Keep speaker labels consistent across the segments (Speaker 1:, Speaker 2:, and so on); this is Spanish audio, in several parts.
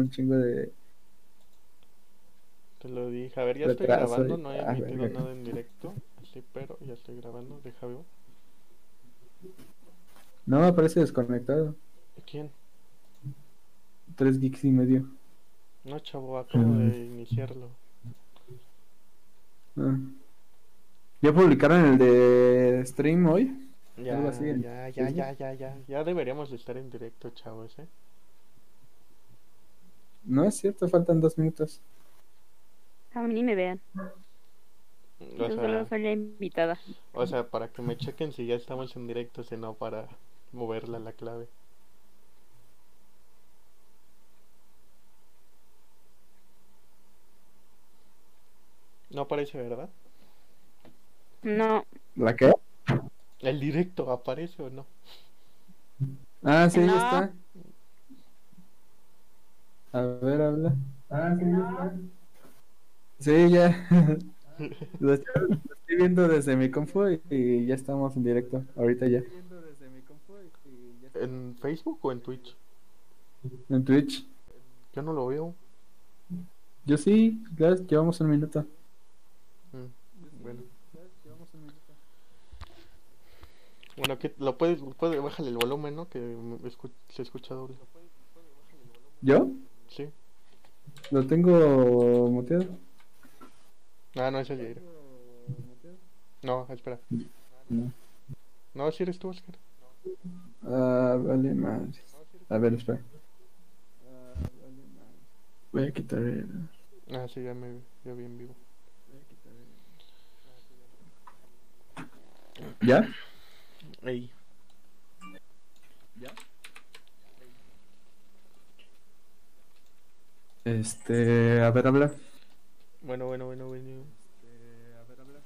Speaker 1: un chingo de.
Speaker 2: Te lo dije. A ver, ya estoy
Speaker 1: Retraso
Speaker 2: grabando.
Speaker 1: y-
Speaker 2: No he
Speaker 1: ah,
Speaker 2: emitido
Speaker 1: verga.
Speaker 2: nada en directo. Sí, pero ya estoy grabando. Deja veo.
Speaker 1: No, me parece desconectado.
Speaker 2: ¿Quién?
Speaker 1: Tres geeks y medio.
Speaker 2: No, chavo, acabo
Speaker 1: Mm.
Speaker 2: de iniciarlo.
Speaker 1: Ah. ¿Ya publicaron el de stream hoy?
Speaker 2: Ya,
Speaker 1: Algo así en
Speaker 2: ya, ya,
Speaker 1: Facebook.
Speaker 2: ya, ya, ya. Ya deberíamos de estar en directo, chavos, ¿eh?
Speaker 1: No es cierto, faltan dos minutos.
Speaker 3: A mí ni me vean.
Speaker 2: O
Speaker 3: Yo solo
Speaker 2: sea,
Speaker 3: soy la invitada.
Speaker 2: o sea, para que me chequen si ya estamos en directo, si no, para moverla la clave. No aparece, ¿verdad?
Speaker 3: No,
Speaker 1: ¿La qué?
Speaker 2: ¿El directo aparece o no?
Speaker 1: Ah, sí,
Speaker 3: No.
Speaker 1: ya está. A ver, habla. Ah, sí, ya está. Sí, ya. lo, estoy, lo estoy viendo desde mi compu y, y ya estamos en directo. Ahorita ya.
Speaker 2: ¿En Facebook o en Twitch?
Speaker 1: En Twitch.
Speaker 2: Yo no lo veo.
Speaker 1: Yo sí, ya llevamos un minuto.
Speaker 2: Mm, Bueno. Bueno, que lo puedes, puede, bájale el volumen, ¿no? Que me escu- se escucha doble.
Speaker 1: ¿Yo?
Speaker 2: Sí.
Speaker 1: Lo tengo muteado.
Speaker 2: Ah, no, ese es Jairo. No, espera.
Speaker 1: No.
Speaker 2: No, si eres tú, Oscar.
Speaker 1: Ah, vale, madre. A ver, espera. Voy a quitar el...
Speaker 2: Ah, sí, ya me ya vi en vivo.
Speaker 1: ¿Ya?
Speaker 2: Ey.
Speaker 1: Este, a ver, habla.
Speaker 2: Bueno, bueno, bueno, bueno.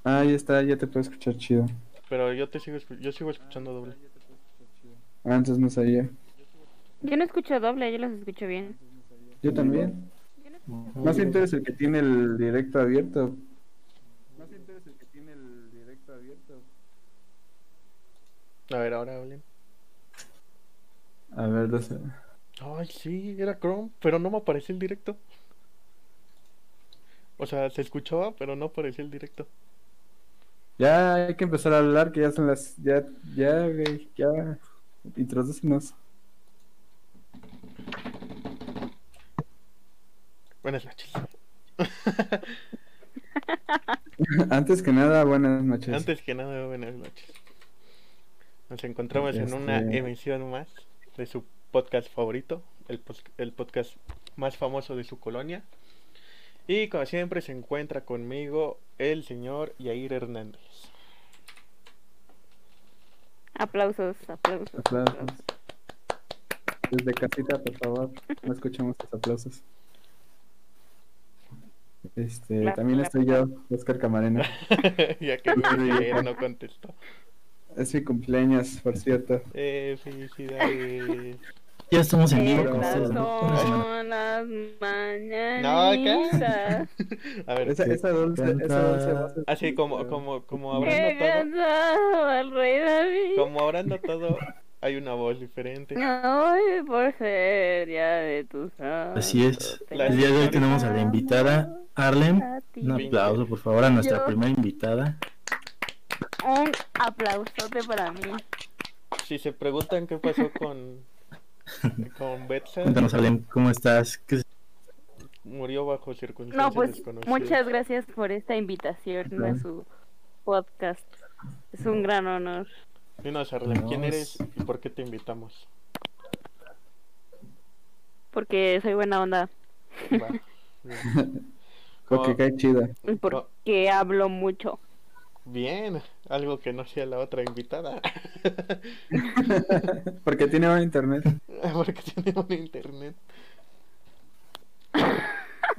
Speaker 1: Ah, ya está, ya te puedo escuchar chido.
Speaker 2: Pero yo te sigo, escu- yo sigo escuchando doble.
Speaker 1: Ah, entonces no sabía.
Speaker 3: yo no escucho doble, yo los escucho bien.
Speaker 1: Yo también. Más bien tú eres el que tiene el directo abierto. Más bien tú eres el que tiene el directo abierto.
Speaker 2: A ver, ahora hablen.
Speaker 1: A ver, eh. no sé.
Speaker 2: Ay, sí, era Chrome, pero no me apareció el directo. O sea, se escuchaba, pero no apareció el directo.
Speaker 1: Ya hay que empezar a hablar, que ya son las... Ya, ya, güey, ya. Introducenos.
Speaker 2: Buenas noches.
Speaker 1: Antes que nada, buenas noches.
Speaker 2: Antes que nada, buenas noches. Nos encontramos en una
Speaker 1: Este-
Speaker 2: emisión más de su podcast favorito, el, pos- el podcast más famoso de su colonia. Y como siempre se encuentra conmigo el señor Yair Hernández.
Speaker 3: Aplausos, aplausos.
Speaker 1: Aplausos.
Speaker 3: aplausos.
Speaker 1: Desde casita, por favor, no escuchamos los aplausos. Este,
Speaker 3: Clap,
Speaker 1: también
Speaker 3: clap,
Speaker 1: estoy yo, Oscar Camarena.
Speaker 2: ya que no, Yair no contestó.
Speaker 1: Es mi cumpleaños, por cierto.
Speaker 2: Eh, felicidades.
Speaker 4: Ya estamos en vivo con
Speaker 3: Estas
Speaker 4: ustedes. ¿no? Una semana.
Speaker 3: Eh, son las
Speaker 2: No,
Speaker 3: mañanitas.
Speaker 2: A ver,
Speaker 1: Esa, esa dulce, esa dulce voz. es-
Speaker 2: así como, como, como habrán
Speaker 3: He
Speaker 2: notado,
Speaker 3: cantado al rey David.
Speaker 2: como habrán notado, hay una voz diferente.
Speaker 3: Hoy por ser día de tus
Speaker 4: Así es.
Speaker 2: La
Speaker 4: El día de hoy tenemos a la invitada Arlen. Un
Speaker 2: Vinca.
Speaker 4: aplauso, por favor, a nuestra
Speaker 3: Yo.
Speaker 4: primera invitada.
Speaker 3: Un aplausote para mí.
Speaker 2: Si se preguntan qué pasó con con Betsa,
Speaker 4: Cuéntanos, Arlen, ¿cómo estás? ¿Qué se-
Speaker 2: murió bajo circunstancias
Speaker 3: No, pues
Speaker 2: desconocidas.
Speaker 3: muchas gracias por esta invitación a
Speaker 1: Ujú.
Speaker 3: su podcast. Es un gran honor.
Speaker 2: Dinos, Arlen, ¿quién
Speaker 4: No,
Speaker 2: eres
Speaker 4: es-
Speaker 2: y por qué te invitamos?
Speaker 3: Porque soy buena onda.
Speaker 2: Va, bien.
Speaker 1: Porque cae chida.
Speaker 3: y
Speaker 2: No.
Speaker 3: Porque hablo mucho.
Speaker 2: Bien, algo que no sea la otra invitada.
Speaker 1: Porque tiene buen internet.
Speaker 2: Porque tenemos internet.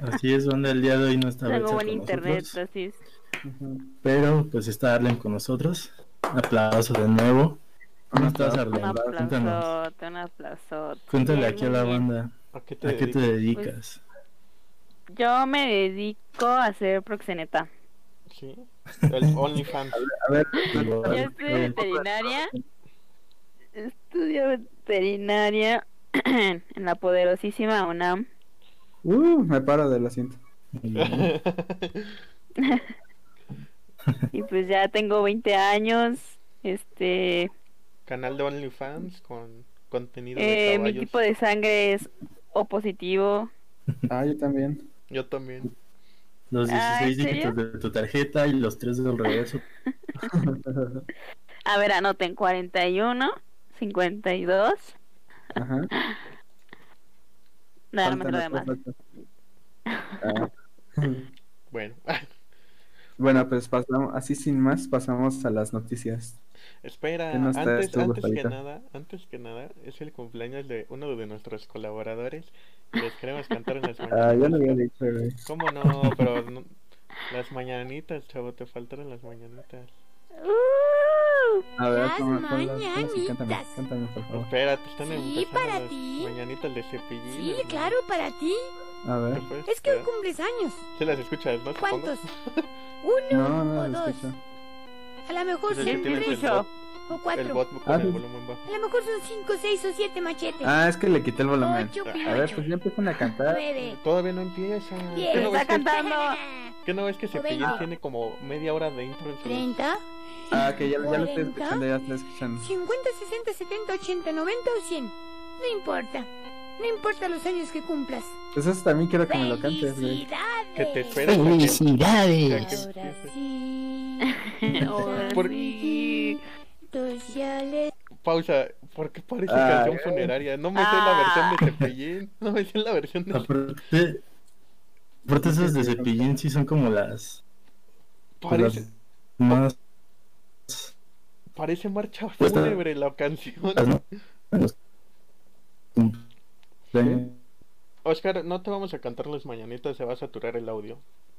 Speaker 4: Así es, onda, el día de hoy no está
Speaker 3: Tengo
Speaker 4: Betsa
Speaker 3: buen
Speaker 4: con
Speaker 3: internet,
Speaker 4: nosotros,
Speaker 3: así es.
Speaker 4: pero pues está Arlen con nosotros. Un aplauso de nuevo. ¿Cómo estás,
Speaker 3: Un
Speaker 4: Arlen? Cuéntanos.
Speaker 3: aplausote, un aplausote.
Speaker 4: Cuéntale
Speaker 3: Bien,
Speaker 4: aquí a
Speaker 3: muy
Speaker 4: la
Speaker 3: bien. Pues,
Speaker 4: banda.
Speaker 2: ¿A qué te,
Speaker 4: ¿A qué te
Speaker 2: dedicas?
Speaker 4: dedicas?
Speaker 3: Yo me dedico a ser proxeneta.
Speaker 2: Sí, el OnlyFans.
Speaker 1: A ver,
Speaker 3: Yo
Speaker 1: eh.
Speaker 4: Vale,
Speaker 3: estoy
Speaker 4: muy bien.
Speaker 3: veterinaria. Estudio veterinaria en la poderosísima UNAM.
Speaker 1: Uh, me paro del asiento.
Speaker 4: Y-
Speaker 3: Y pues ya tengo 20 años. Este.
Speaker 2: Canal de OnlyFans con contenido de
Speaker 3: eh, mi
Speaker 2: caballos.
Speaker 3: tipo de sangre es O positivo.
Speaker 1: Ah, yo también.
Speaker 2: Yo también.
Speaker 4: Los
Speaker 3: Ah,
Speaker 4: 16
Speaker 3: ¿en serio?
Speaker 4: dígitos de tu tarjeta y los 3 del regreso.
Speaker 3: A ver, anoten 41, 52.
Speaker 1: Ajá.
Speaker 3: Nada más
Speaker 1: Faltan
Speaker 3: lo
Speaker 1: las
Speaker 3: demás.
Speaker 1: cosas. Ah.
Speaker 2: Bueno,
Speaker 1: Bueno, pues pasamos, así sin más, pasamos a las noticias.
Speaker 2: espera,
Speaker 1: ¿Qué nos traes
Speaker 2: antes,
Speaker 1: tú,
Speaker 2: antes que
Speaker 1: Rafaelita?
Speaker 2: nada, antes que nada, es el cumpleaños de uno de nuestros colaboradores. Les queremos cantar en las
Speaker 1: Ah, ya
Speaker 2: mañanitas.
Speaker 1: lo había dicho, güey.
Speaker 2: ¿Cómo no? Pero no- las mañanitas, chavo, te faltaron las mañanitas.
Speaker 3: ¡Uh!
Speaker 1: A ver,
Speaker 5: Las
Speaker 1: ponla- ponla- ponla así, cántame,
Speaker 5: mañanitas.
Speaker 1: cántame, por favor.
Speaker 2: Espera, te están
Speaker 5: Sí,
Speaker 2: empezando
Speaker 5: para
Speaker 2: las
Speaker 5: ti.
Speaker 2: mañanitas de cepillín.
Speaker 5: Sí,
Speaker 2: hermano.
Speaker 5: claro, para ti.
Speaker 1: A ver.
Speaker 2: ¿Te puedes
Speaker 5: Es que hoy
Speaker 2: esperar?
Speaker 5: cumples años.
Speaker 2: Se las escuchas, ¿no? Supongo.
Speaker 5: ¿Cuántos?
Speaker 1: No,
Speaker 5: Uno
Speaker 1: no
Speaker 5: o
Speaker 1: lo
Speaker 5: dos.
Speaker 1: escucho.
Speaker 5: A lo mejor
Speaker 2: Es el
Speaker 5: son
Speaker 2: que
Speaker 3: ¿Quién
Speaker 2: tienes el
Speaker 5: tres
Speaker 3: dijo?
Speaker 2: bot,
Speaker 5: o
Speaker 2: pues el
Speaker 5: cuatro.
Speaker 2: bot con
Speaker 1: Ah,
Speaker 2: el
Speaker 1: sí.
Speaker 2: volumen bajo.
Speaker 5: A lo mejor son cinco, seis o siete machetes.
Speaker 1: Ah, es que le quité el volumen.
Speaker 5: Ocho,
Speaker 1: A ver, pues ya empiezan a cantar.
Speaker 5: nueve,
Speaker 2: Todavía no empieza.
Speaker 5: diez.
Speaker 2: ¿Qué no, ves
Speaker 3: Está
Speaker 2: que,
Speaker 3: cantando.
Speaker 2: qué no ves que Cepillín
Speaker 5: Veinte.
Speaker 2: tiene como media hora de intro en su...
Speaker 5: Treinta,
Speaker 1: Ah, que ya, ya lo estoy escuchando, ya lo estoy escuchando.
Speaker 5: cincuenta, sesenta, setenta, ochenta, noventa o cien. No importa. No importa los años que cumplas.
Speaker 1: Pues eso también quiero que me lo cantes, güey.
Speaker 5: ¡Felicidades!
Speaker 2: Que te esperas a que- a que
Speaker 5: Ahora
Speaker 2: empiece.
Speaker 5: sí.
Speaker 3: Ahora
Speaker 2: ¿Por-
Speaker 3: Oh, sí.
Speaker 5: Entonces ya les...
Speaker 2: Pausa, ¿por qué parece
Speaker 1: Ah.
Speaker 2: canción funeraria? No me sé la
Speaker 3: Ah.
Speaker 2: versión de Cepillín, no me sé la versión
Speaker 1: Ah,
Speaker 2: de...
Speaker 1: pues,
Speaker 4: Aparte, aparte esas de cepillín sí son como las, pues, las
Speaker 2: Parece,
Speaker 4: más...
Speaker 2: parece marcha
Speaker 4: Pues está-
Speaker 2: fúnebre la canción.
Speaker 1: Ah,
Speaker 4: las más- los cumpleaños.
Speaker 2: Oscar, no te vamos a cantar las mañanitas, se va a saturar el audio.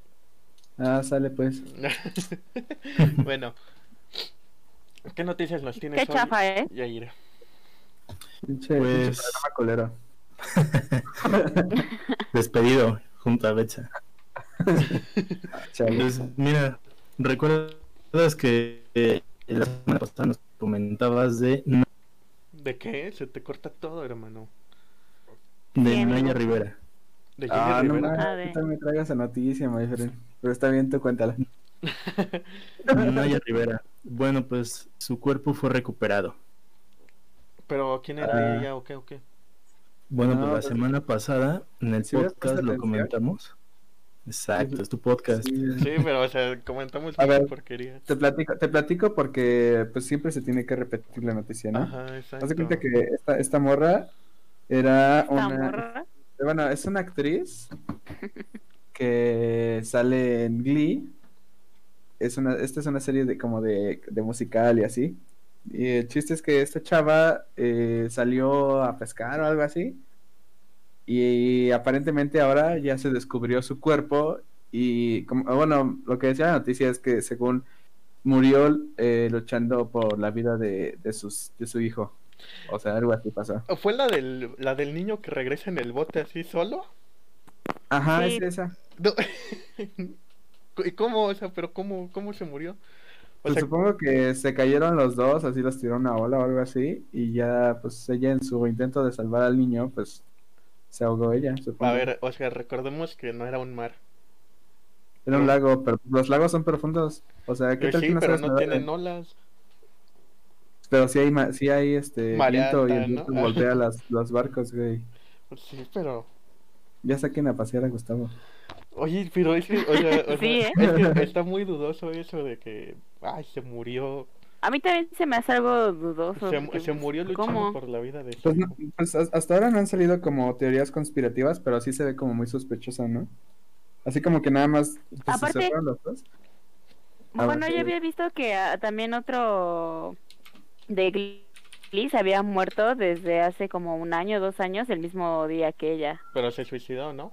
Speaker 1: Ah, sale pues.
Speaker 2: bueno, ¿qué noticias nos tienes
Speaker 3: Qué
Speaker 2: hoy,
Speaker 3: chafa, ¿eh?
Speaker 2: Yair?
Speaker 1: Pinche,
Speaker 4: Pues-
Speaker 1: pinche programa colero.
Speaker 4: Despedido junto a Becha.
Speaker 1: Chale.
Speaker 4: Pues mira, ¿recuerdas que eh, la semana pasada nos comentabas de,
Speaker 2: ¿De qué? Se te corta todo, hermano.
Speaker 4: de
Speaker 3: Bien.
Speaker 4: Naya Rivera?
Speaker 2: De
Speaker 1: Ah,
Speaker 2: Jenny
Speaker 1: no
Speaker 2: Rivera.
Speaker 3: A ver.
Speaker 1: mames, tú me traigas esa noticia, my friend. Pero está bien, tú cuéntala.
Speaker 4: Naya Rivera. Bueno, pues su cuerpo fue recuperado.
Speaker 2: Pero ¿quién era
Speaker 1: Ah.
Speaker 2: ella o qué o qué?
Speaker 4: Bueno, pues
Speaker 1: No,
Speaker 4: la
Speaker 1: pues-
Speaker 4: semana pasada en el
Speaker 1: Si hubieras
Speaker 4: podcast
Speaker 1: puesto
Speaker 4: lo
Speaker 1: atención.
Speaker 4: comentamos. Exacto, es tu podcast.
Speaker 1: Sí.
Speaker 2: Sí, pero o sea, comentamos
Speaker 1: A
Speaker 2: mucha
Speaker 1: ver.
Speaker 2: porquería.
Speaker 1: Te platico, te platico porque pues siempre se tiene que repetir la noticia, ¿no?
Speaker 2: Ajá, exacto.
Speaker 1: Haz de cuenta que esta, esta morra era
Speaker 3: Esta
Speaker 1: una.
Speaker 3: morra.
Speaker 1: Bueno, es una actriz que sale en Glee. Es una, esta es una serie de como de, de musical y así. Y el chiste es que esta chava eh, salió a pescar o algo así. Y aparentemente ahora ya se descubrió su cuerpo. Y como, ah, bueno, lo que decía la noticia es que según murió eh, luchando por la vida de, de, sus, de su hijo. O sea, algo así pasó.
Speaker 2: ¿Fue la del, la del niño que regresa en el bote así solo?
Speaker 1: Ajá,
Speaker 3: Sí.
Speaker 1: es esa.
Speaker 2: No. ¿Y cómo? O sea, pero ¿cómo, cómo se murió? O
Speaker 1: Pues
Speaker 2: sea,
Speaker 1: supongo que se cayeron los dos, así los tiró una ola o algo así, y ya, pues ella en su intento de salvar al niño, pues se ahogó ella, supongo.
Speaker 2: a ver, o sea, recordemos que no era un mar.
Speaker 1: Era un lago, pero los lagos son profundos. O sea, ¿qué
Speaker 2: Eh,
Speaker 1: tal que
Speaker 2: pues sí,
Speaker 1: no
Speaker 2: pero
Speaker 1: sabes
Speaker 2: no
Speaker 1: nadar?
Speaker 2: tienen olas.
Speaker 1: Pero sí hay, ma- sí hay este
Speaker 2: Marea
Speaker 1: viento y
Speaker 2: alta,
Speaker 1: el viento
Speaker 2: ¿no?
Speaker 1: voltea las, los barcos, güey.
Speaker 2: Pues Sí, pero...
Speaker 1: Ya saquen a pasear a Gustavo.
Speaker 2: Oye, pero es que, o sea, o sea,
Speaker 3: Sí, ¿eh?
Speaker 2: es que está muy dudoso eso de que, ay, se murió,
Speaker 3: A mí también se me hace algo dudoso.
Speaker 2: se, mu-
Speaker 3: porque,
Speaker 2: se murió luchando
Speaker 3: ¿Cómo?
Speaker 2: por la vida de su
Speaker 1: Pues, no-
Speaker 2: hijo.
Speaker 1: pues, as- hasta ahora no han salido como teorías conspirativas, pero sí se ve como muy sospechosa, ¿no? Así como que nada más pues, se
Speaker 3: Aparte-
Speaker 1: separaron los dos. A
Speaker 3: Bueno,
Speaker 1: ver.
Speaker 3: yo había visto que ah, también otro de Glee se había muerto desde hace como un año, dos años, el mismo día que ella.
Speaker 2: Pero se suicidó, ¿no?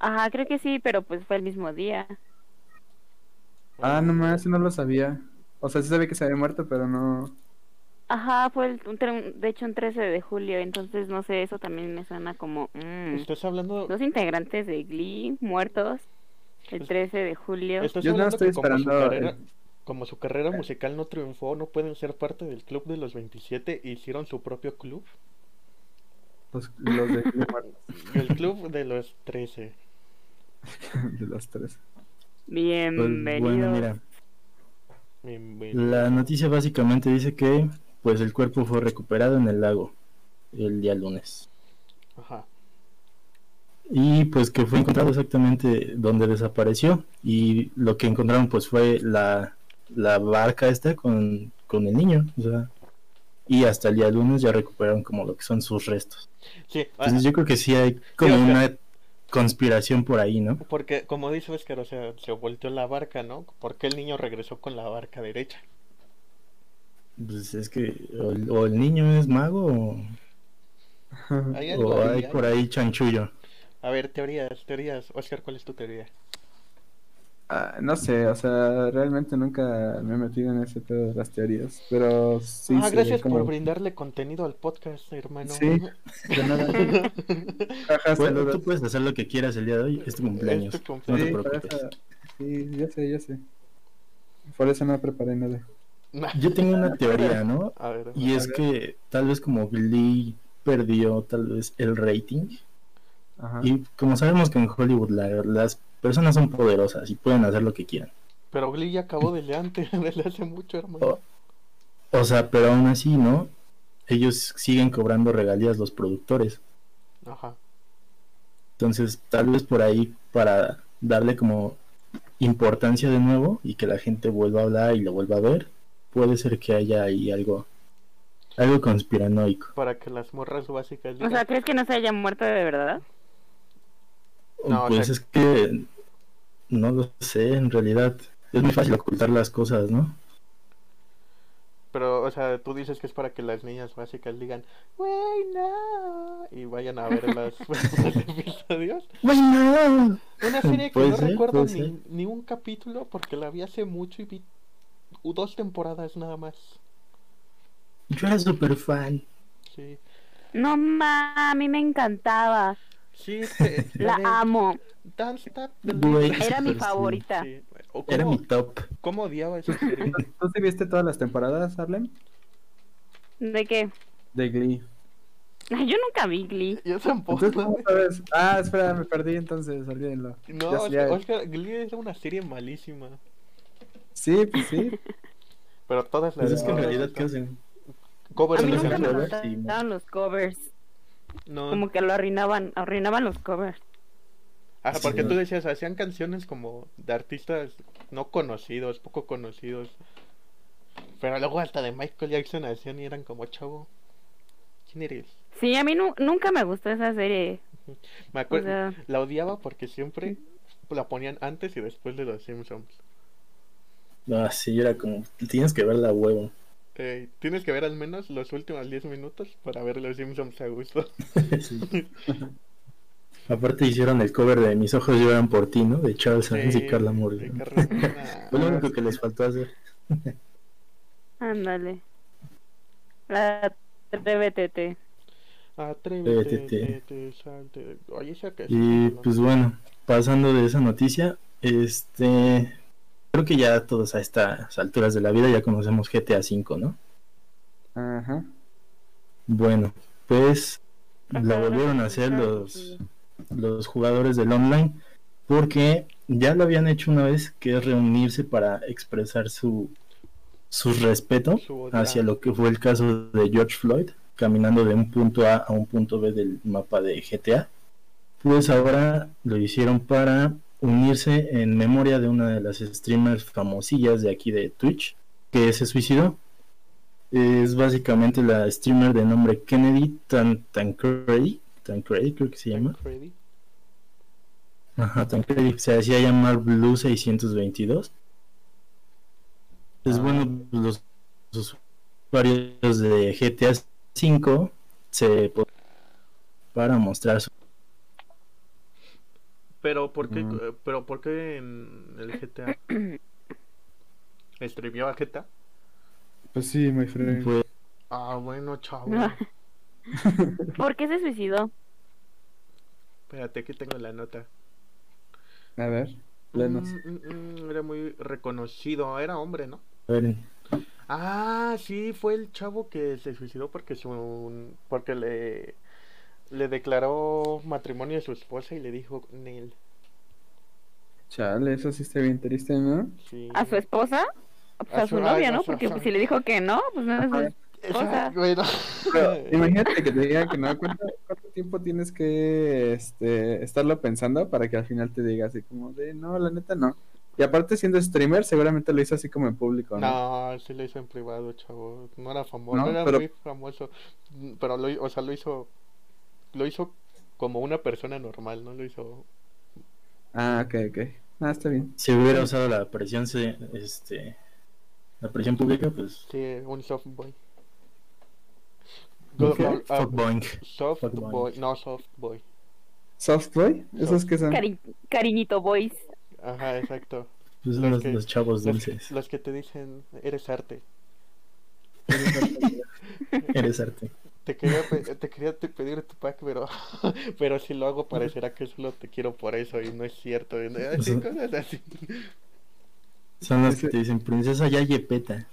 Speaker 3: Ajá, creo que sí, pero pues fue el mismo día.
Speaker 1: Ah, no más, no lo sabía. O sea, sí sabía que se había muerto, pero no.
Speaker 3: Ajá, fue el, un tre- un- de hecho un 13 de julio, entonces no sé, eso también me suena como... mm,
Speaker 2: Estás hablando,
Speaker 3: Dos integrantes de Glee muertos el 13 de julio.
Speaker 2: estás
Speaker 1: Yo no
Speaker 2: hablando
Speaker 1: estoy
Speaker 2: que como su
Speaker 1: esperando el-
Speaker 2: carrera- como su carrera musical no triunfó, no pueden ser parte del club de los 27 e hicieron su propio club.
Speaker 1: Los, los de,
Speaker 2: El club de los 13.
Speaker 1: de los tres.
Speaker 4: Pues,
Speaker 3: Bienvenido.
Speaker 4: bueno, mira,
Speaker 2: Bienvenido.
Speaker 4: la noticia básicamente dice que pues el cuerpo fue recuperado en el lago el día lunes.
Speaker 2: Ajá.
Speaker 4: Y pues que fue encontrado exactamente donde desapareció. Y lo que encontraron pues fue la, la barca esta con, con el niño. o sea, y hasta el día lunes ya recuperaron como lo que son sus restos.
Speaker 2: Sí, ah,
Speaker 4: Entonces yo creo que sí hay como
Speaker 2: o sea-
Speaker 4: una conspiración por ahí, ¿no?
Speaker 2: porque como dice Oscar, o sea, se volteó la barca, ¿no? Porque el niño regresó con la barca derecha.
Speaker 4: Pues es que o, el- o el niño es mago o,
Speaker 2: Hay algo
Speaker 4: o
Speaker 2: ahí,
Speaker 4: Oh, hay
Speaker 2: hay-
Speaker 4: por ahí chanchullo.
Speaker 2: A ver, teorías, teorías. Oscar, ¿cuál es tu teoría?
Speaker 1: Ah, no sé, o sea, realmente nunca me he metido en ese pedo de las teorías, pero sí.
Speaker 2: ah,
Speaker 1: se ve
Speaker 2: gracias por
Speaker 1: como-
Speaker 2: brindarle contenido al podcast, hermano.
Speaker 1: Sí. De nada. Ajá,
Speaker 4: Bueno,
Speaker 1: saludos.
Speaker 4: Pues, tú puedes hacer lo que quieras el día de hoy, es tu cumpleaños.
Speaker 2: Es tu
Speaker 4: No
Speaker 2: cumpleaños.
Speaker 4: te
Speaker 1: Sí, por
Speaker 4: preocupes.
Speaker 1: eso- sí, yo sé, yo sé. Por eso no preparé nada.
Speaker 2: Nah.
Speaker 4: Yo tengo una teoría, ¿no?
Speaker 2: A ver,
Speaker 4: Y es que tal vez como Glee perdió tal vez el rating.
Speaker 1: Ajá.
Speaker 4: Y como sabemos que en Hollywood la- las personas son poderosas y pueden hacer lo que quieran.
Speaker 2: pero Glee ya acabó desde antes, desde hace mucho, hermano.
Speaker 4: Oh. O sea, pero aún así, ¿no? Ellos siguen cobrando regalías los productores.
Speaker 2: Ajá.
Speaker 4: Entonces, tal vez por ahí para darle como importancia de nuevo y que la gente vuelva a hablar y lo vuelva a ver, puede ser que haya ahí algo algo conspiranoico.
Speaker 2: Para que las morras básicas
Speaker 3: O
Speaker 2: digan,
Speaker 3: sea, ¿crees que no se haya muerto de verdad?
Speaker 2: No, o
Speaker 4: pues
Speaker 2: sea-
Speaker 4: es que no lo sé, en realidad es muy fácil ocultar las cosas, ¿no?
Speaker 2: pero, o sea, tú dices que es para que las niñas básicas digan, wey, no, y vayan a ver las los episodios.
Speaker 4: Bueno,
Speaker 2: Una serie que
Speaker 4: Puede
Speaker 2: no
Speaker 4: ser,
Speaker 2: recuerdo
Speaker 4: puede
Speaker 2: ni,
Speaker 4: ser.
Speaker 2: ni un capítulo porque la vi hace mucho y vi dos temporadas nada más.
Speaker 4: yo era súper fan.
Speaker 2: Sí,
Speaker 3: No, ma, a mí me encantaba.
Speaker 2: sí, te-
Speaker 3: La
Speaker 2: de-
Speaker 3: amo.
Speaker 2: Don't stop the
Speaker 4: Güey,
Speaker 2: Beat.
Speaker 3: Era mi
Speaker 4: Super
Speaker 3: favorita.
Speaker 2: Sí. O
Speaker 4: Era
Speaker 2: cómo-
Speaker 4: mi top.
Speaker 2: ¿Cómo odiaba esa serie?
Speaker 1: ¿Tú sí viste todas las temporadas, Arlen?
Speaker 3: ¿De qué?
Speaker 1: De Glee.
Speaker 3: Ay, yo nunca vi Glee.
Speaker 2: Yo tampoco.
Speaker 1: Entonces, ¿cómo sabes? Ah, espera, me perdí entonces, olvídenlo.
Speaker 2: No,
Speaker 1: Ya
Speaker 2: Oscar,
Speaker 1: sabía-
Speaker 2: Oscar, Glee era una serie malísima.
Speaker 1: Sí, pues sí.
Speaker 2: Pero todas las
Speaker 4: Pues es que en
Speaker 2: todas
Speaker 4: realidad,
Speaker 2: las-
Speaker 4: ¿qué hacen?
Speaker 2: covers
Speaker 3: A mí
Speaker 4: Pero
Speaker 3: nunca
Speaker 4: los
Speaker 3: me
Speaker 4: covers, sí,
Speaker 3: gustaban los covers.
Speaker 2: No,
Speaker 3: Como que lo arruinaban, arruinaban los covers.
Speaker 2: ah,
Speaker 4: Sí,
Speaker 2: porque
Speaker 4: no.
Speaker 2: tú decías, hacían canciones como de artistas no conocidos, poco conocidos. Pero luego hasta de Michael Jackson hacían y eran como chavo. ¿Quién eres?
Speaker 3: Sí, a mí nu- nunca me gustó esa serie.
Speaker 2: Me
Speaker 3: O
Speaker 2: acuerdo,
Speaker 3: sea,
Speaker 2: la odiaba porque siempre la ponían antes y después de los Simpsons.
Speaker 4: No, ah, sí, yo era como, tienes que ver la huevo.
Speaker 2: Eh, tienes que ver al menos los últimos 10 minutos para ver los Simpsons a gusto.
Speaker 4: Sí. Aparte hicieron el cover de Mis ojos lloran por ti, ¿no? De Charles Sands
Speaker 2: Sí,
Speaker 4: y Carla
Speaker 2: sí,
Speaker 4: Morgan.
Speaker 2: Carla Morgan.
Speaker 4: Fue lo único que les faltó hacer.
Speaker 3: ándale. La TVTT.
Speaker 2: Atrévete,
Speaker 4: Eh, te-
Speaker 2: te- salte. Oye, esa que
Speaker 4: Y
Speaker 2: está-
Speaker 4: pues bueno, pasando de esa noticia, este creo que ya todos a estas alturas de la vida ya conocemos GTA V, ¿no?
Speaker 1: Ajá.
Speaker 4: Bueno, pues la
Speaker 3: Ajá,
Speaker 4: volvieron
Speaker 3: ahora
Speaker 4: a hacer
Speaker 3: sí, claro,
Speaker 4: los,
Speaker 3: sí.
Speaker 4: los jugadores del online porque ya lo habían hecho una vez que es reunirse para expresar su su respeto
Speaker 2: Su otra-
Speaker 4: hacia lo que fue el caso de George Floyd caminando de un punto A a un punto B del mapa de GTA. Pues ahora lo hicieron para unirse en memoria de una de las streamers famosillas de aquí de Twitch que se suicidó. Es básicamente la streamer de nombre Kennedy Tan Tancredi, Tancredi creo que se llama.
Speaker 2: Freddy.
Speaker 4: Ajá, Tancredi. Se hacía llamar Blue 622. Es
Speaker 1: Ah.
Speaker 4: bueno, los usuarios de GTA V se po- para mostrar su...
Speaker 2: Pero ¿por qué,
Speaker 1: Mm.
Speaker 2: pero ¿por qué en el GTA? ¿Estribió a GTA?
Speaker 1: Pues sí, my friend.
Speaker 4: pues,
Speaker 2: Ah, bueno, chavo.
Speaker 3: No. ¿Por qué se suicidó?
Speaker 2: Espérate, aquí tengo la nota.
Speaker 1: A ver, plenos.
Speaker 2: Mm, mm, mm, era muy reconocido, era hombre, ¿no?
Speaker 4: a ver,
Speaker 2: Ah, sí, fue el chavo que se suicidó porque su porque le Le declaró matrimonio a su esposa y le dijo Neil.
Speaker 1: Chale, eso sí está bien triste, ¿no?
Speaker 2: Sí.
Speaker 3: ¿A su esposa? Pues
Speaker 2: A
Speaker 3: a, su,
Speaker 2: su-
Speaker 3: novia,
Speaker 2: ay,
Speaker 3: ¿no?
Speaker 2: a su-
Speaker 3: Porque pues, si le dijo que no, pues no es
Speaker 1: Ajá.
Speaker 3: su esposa.
Speaker 2: Bueno.
Speaker 1: Pero imagínate que te digan que no. ¿Cuánto, cuánto tiempo tienes que este, estarlo pensando para que al final te diga así como de no, la neta no? Y aparte, siendo streamer, seguramente lo hizo así como en público, ¿no?
Speaker 2: No, sí lo hizo en privado, chavo. No era famoso,
Speaker 1: No,
Speaker 2: no era
Speaker 1: pero-
Speaker 2: muy famoso. Mm, Pero lo, hi- o sea, lo hizo, lo hizo como una persona normal, no lo hizo.
Speaker 1: Ah, ok, ok. Ah, está bien.
Speaker 4: Si hubiera usado la presión, se- este, la presión pública, pues.
Speaker 2: Sí, un softboy.
Speaker 1: ¿Un
Speaker 2: Go-
Speaker 1: qué?
Speaker 2: ah,
Speaker 4: Fuckboing.
Speaker 2: soft
Speaker 4: Fuckboy.
Speaker 2: boy, no softboy.
Speaker 1: ¿Softboy? ¿Esos que son?
Speaker 3: Cari- cariñito boys.
Speaker 2: Ajá, exacto.
Speaker 4: Pues
Speaker 2: Los
Speaker 4: son los,
Speaker 2: que-
Speaker 4: los chavos
Speaker 2: Los, que-
Speaker 4: dulces.
Speaker 2: los que te dicen, eres arte.
Speaker 4: Eres arte.
Speaker 2: Te quería, pe- te quería te pedir tu pack, pero, pero si lo hago parecerá que solo te quiero por eso y no es cierto. y no- así, cosas así.
Speaker 4: Son los que
Speaker 1: Ese-
Speaker 4: te dicen, princesa ya yepeta.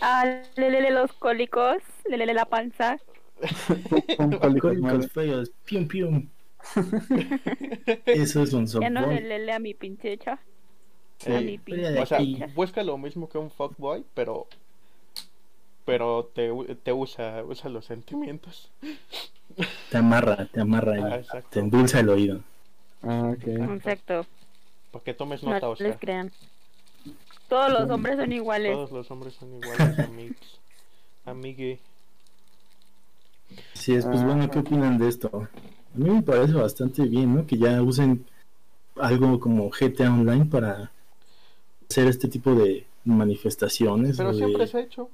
Speaker 3: ah, lelele los cólicos, lelele la panza.
Speaker 1: Un cólico malo.
Speaker 4: Cólicos feos, pium pium. Eso es un
Speaker 3: Ya no
Speaker 4: softboy.
Speaker 3: lelele a mi pinche hecha.
Speaker 1: Sí.
Speaker 3: A mi
Speaker 4: Fuera de
Speaker 3: pinche
Speaker 2: O sea,
Speaker 4: aquí.
Speaker 2: busca lo mismo que un fuckboy, pero pero te, u- te usa, usa los sentimientos.
Speaker 4: Te amarra, te amarra,
Speaker 2: Ah,
Speaker 4: el- te
Speaker 2: exacto.
Speaker 4: endulza el oído.
Speaker 1: Ah, ok.
Speaker 3: Exacto.
Speaker 2: Para que tomes
Speaker 3: No,
Speaker 2: nota, o sea,
Speaker 3: les crean. Todos los hombres son iguales.
Speaker 2: todos los hombres son iguales, amigos. Amigue.
Speaker 4: Así es, pues
Speaker 1: Ah.
Speaker 4: bueno, ¿qué opinan de esto? A mí me parece bastante bien, ¿no? Que ya usen algo como GTA Online para hacer este tipo de manifestaciones. o
Speaker 2: Pero
Speaker 4: de-
Speaker 2: siempre se ha hecho.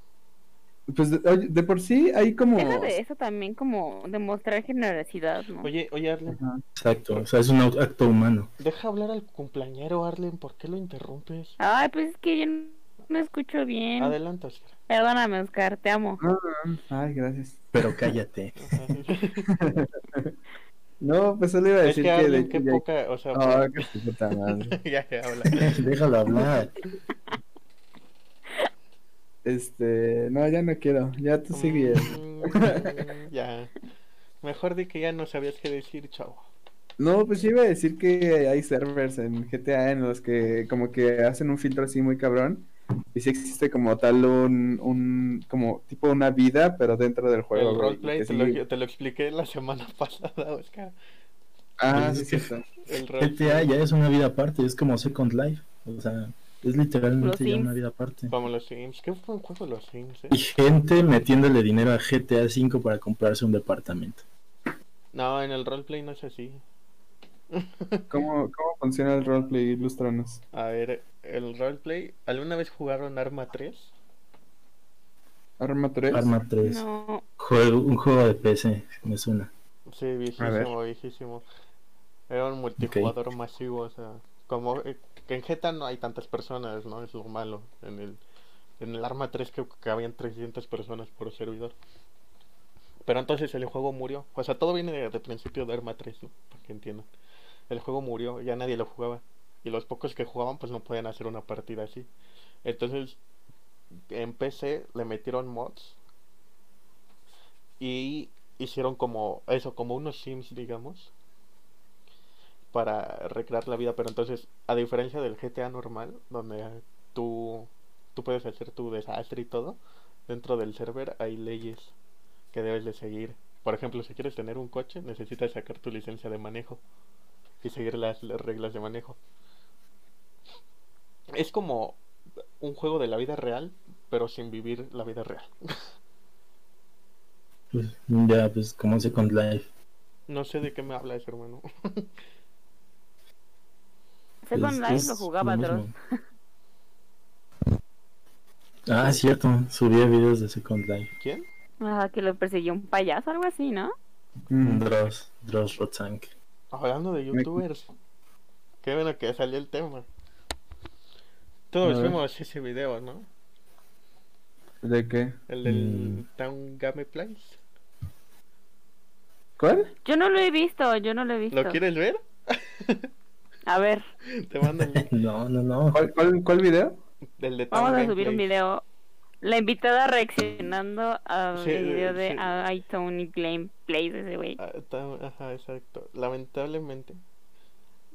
Speaker 1: Pues de, oye, de por sí hay como.
Speaker 3: Deja de eso también como demostrar generosidad, ¿no?
Speaker 2: Oye, oye, Arlen,
Speaker 1: Ajá.
Speaker 4: Exacto, o sea, es un au- acto humano.
Speaker 2: deja hablar al cumpleañero, Arlen, ¿por qué lo interrumpes?
Speaker 3: Ay, pues es que yo no, no escucho bien.
Speaker 2: Adelante, Oscar.
Speaker 3: Perdóname, Oscar, te amo.
Speaker 1: Ay, gracias.
Speaker 4: Pero cállate.
Speaker 2: Ajá.
Speaker 1: No, pues solo iba a
Speaker 2: Es
Speaker 1: decir
Speaker 2: que
Speaker 1: que, de
Speaker 2: Arlen,
Speaker 1: hecho
Speaker 2: qué
Speaker 1: ya-
Speaker 2: poca, o sea,
Speaker 1: Ah, qué su puta madre.
Speaker 2: ya, ya habla.
Speaker 4: Déjalo hablar.
Speaker 1: Este, no, ya no quiero. Ya tú sigue.
Speaker 2: Mm, Ya. Mejor di que ya no sabías qué decir, chavo.
Speaker 1: No, pues yo iba a decir que hay servers en GTA en los que como que hacen un filtro así muy cabrón. Y sí existe como tal un, un como tipo una vida, pero dentro del juego.
Speaker 2: el
Speaker 1: güey,
Speaker 2: roleplay
Speaker 1: que
Speaker 2: te,
Speaker 1: sí-
Speaker 2: lo, te lo expliqué la semana pasada, Oscar.
Speaker 1: Ah,
Speaker 4: Pues
Speaker 1: sí,
Speaker 4: es que-
Speaker 1: cierto.
Speaker 2: El roleplay,
Speaker 4: GTA ya es una vida aparte, es como Second Life. O sea,
Speaker 3: Los
Speaker 4: es literalmente ya
Speaker 3: Sims.
Speaker 4: una vida aparte.
Speaker 2: como los Sims. ¿Qué fue un juego los Sims? eh?
Speaker 4: Y gente metiéndole dinero a GTA V para comprarse un departamento.
Speaker 2: No, en el roleplay no es así.
Speaker 1: ¿Cómo, ¿Cómo funciona el roleplay? Ilustranos.
Speaker 2: A ver, el roleplay. ¿Alguna vez jugaron Arma 3?
Speaker 1: Arma 3.
Speaker 4: Arma 3.
Speaker 3: No,
Speaker 4: Juego, un juego de PC, me suena.
Speaker 2: Sí, viejísimo, viejísimo. Era un multijugador masivo, o sea. Como eh, que en GTA no hay tantas personas, ¿no? Es lo malo. En el, en el Arma 3 creo que cabían 300 personas por servidor. Pero entonces el juego murió. O sea, todo viene de, de principio de Arma 3, ¿no? Para que entiendan. El juego murió, ya nadie lo jugaba. Y los pocos que jugaban, pues no podían hacer una partida así. Entonces, en PC le metieron mods. Y hicieron como eso, como unos sims, digamos. Para recrear la vida. Pero entonces, a diferencia del GTA normal, donde tú, tú puedes hacer tu desastre y todo, dentro del server hay leyes que debes de seguir. Por ejemplo, si quieres tener un coche, necesitas sacar tu licencia de manejo y seguir las, las reglas de manejo. Es como un juego de la vida real, pero sin vivir la vida real.
Speaker 4: Pues, ya, pues como Second Life.
Speaker 2: No sé de qué me hablas, hermano.
Speaker 3: Second
Speaker 4: Pues,
Speaker 3: Life
Speaker 4: es
Speaker 3: lo jugaba,
Speaker 4: lo
Speaker 3: Dross.
Speaker 4: mismo. Ah, es cierto, subía videos de Second Life.
Speaker 2: ¿Quién?
Speaker 3: Ajá, que lo persiguió un payaso, algo así, ¿no?
Speaker 1: Mm.
Speaker 4: Dross, Dross Rotzank.
Speaker 2: Hablando de youtubers. Qué bueno que salió el tema. Todos
Speaker 1: A ver.
Speaker 2: vimos ese video, ¿no?
Speaker 1: ¿De qué?
Speaker 2: El del
Speaker 4: Mm.
Speaker 2: Town Game Place.
Speaker 1: ¿Cuál?
Speaker 3: Yo no lo he visto, yo no lo he visto.
Speaker 2: ¿Lo quieres ver?
Speaker 3: A ver,
Speaker 2: Te mando el link.
Speaker 4: No, no, no.
Speaker 1: ¿Cuál, cuál, cuál video?
Speaker 2: del de Town
Speaker 3: vamos a
Speaker 2: Game
Speaker 3: subir un
Speaker 2: Place.
Speaker 3: video La invitada reaccionando al
Speaker 2: Sí,
Speaker 3: video de
Speaker 2: sí.
Speaker 3: I iTunes Gameplay de ese güey.
Speaker 2: Ah, ta- Ajá, exacto. Lamentablemente.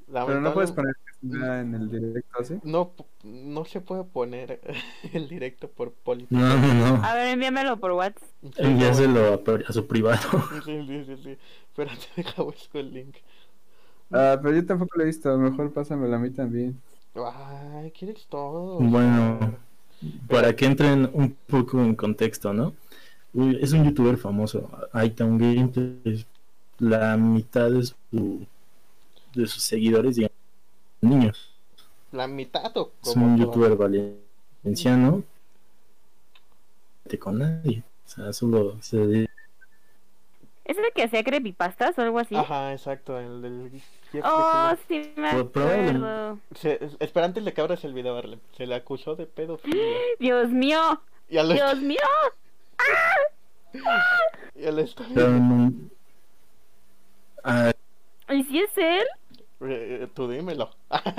Speaker 1: Pero no puedes
Speaker 2: lamentablemente-
Speaker 1: poner nada en el directo, ¿sí?
Speaker 2: No, p- no se puede poner el directo por política.
Speaker 4: No, no, no.
Speaker 3: A ver, envíamelo por WhatsApp.
Speaker 4: Envíaselo a, per- a su privado.
Speaker 2: Sí, sí, sí, sí. Pero te deja busco el link.
Speaker 1: Ah, pero yo tampoco lo he visto. Mejor pásamelo a mí también.
Speaker 2: Ay, quieres todo.
Speaker 4: Bueno, para que entren un poco en contexto, ¿no? Uy, Es un youtuber famoso, iTown Gameplay, es la mitad de, su- de sus seguidores, digamos, niños.
Speaker 2: La mitad o
Speaker 4: Es
Speaker 2: como
Speaker 4: un
Speaker 2: todo?
Speaker 4: youtuber valenciano, con nadie, o sea, solo se dedica
Speaker 3: ¿Es el que hacía creepypastas o algo así?
Speaker 2: Ajá, exacto. El del.
Speaker 3: Oh, sí, me
Speaker 4: Pues probablemente.
Speaker 3: acuerdo.
Speaker 2: Se- espera antes de que abras el video, Arlen. Se le acusó de pedofilia.
Speaker 3: Dios mío,
Speaker 2: Ya lo,
Speaker 3: Dios mío.
Speaker 2: ya lo está viendo.
Speaker 4: en un- Ah,
Speaker 3: ¿Y si es él?
Speaker 2: Eh, eh, Tú dímelo.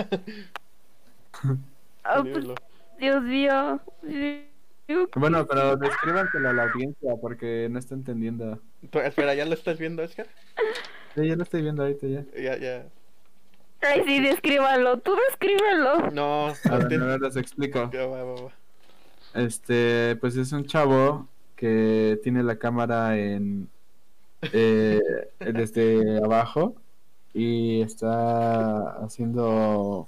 Speaker 3: Oh, pues,
Speaker 2: dímelo.
Speaker 3: Dios mío. Digo,
Speaker 1: Bueno, pero descríbanselo a la audiencia porque no está entendiendo.
Speaker 2: Tú- espera, ¿ya lo estás viendo, Oscar?
Speaker 1: Sí, ya lo estoy viendo ahorita ya.
Speaker 2: Ya, ya.
Speaker 3: Ay, sí, descríbalo. Tú descríbalo.
Speaker 1: A
Speaker 2: No,
Speaker 1: ver, a
Speaker 2: antes.
Speaker 1: ver, los explico.
Speaker 2: Ya, va, va, va.
Speaker 1: Este, pues es un chavo que tiene la cámara en eh, desde abajo y está haciendo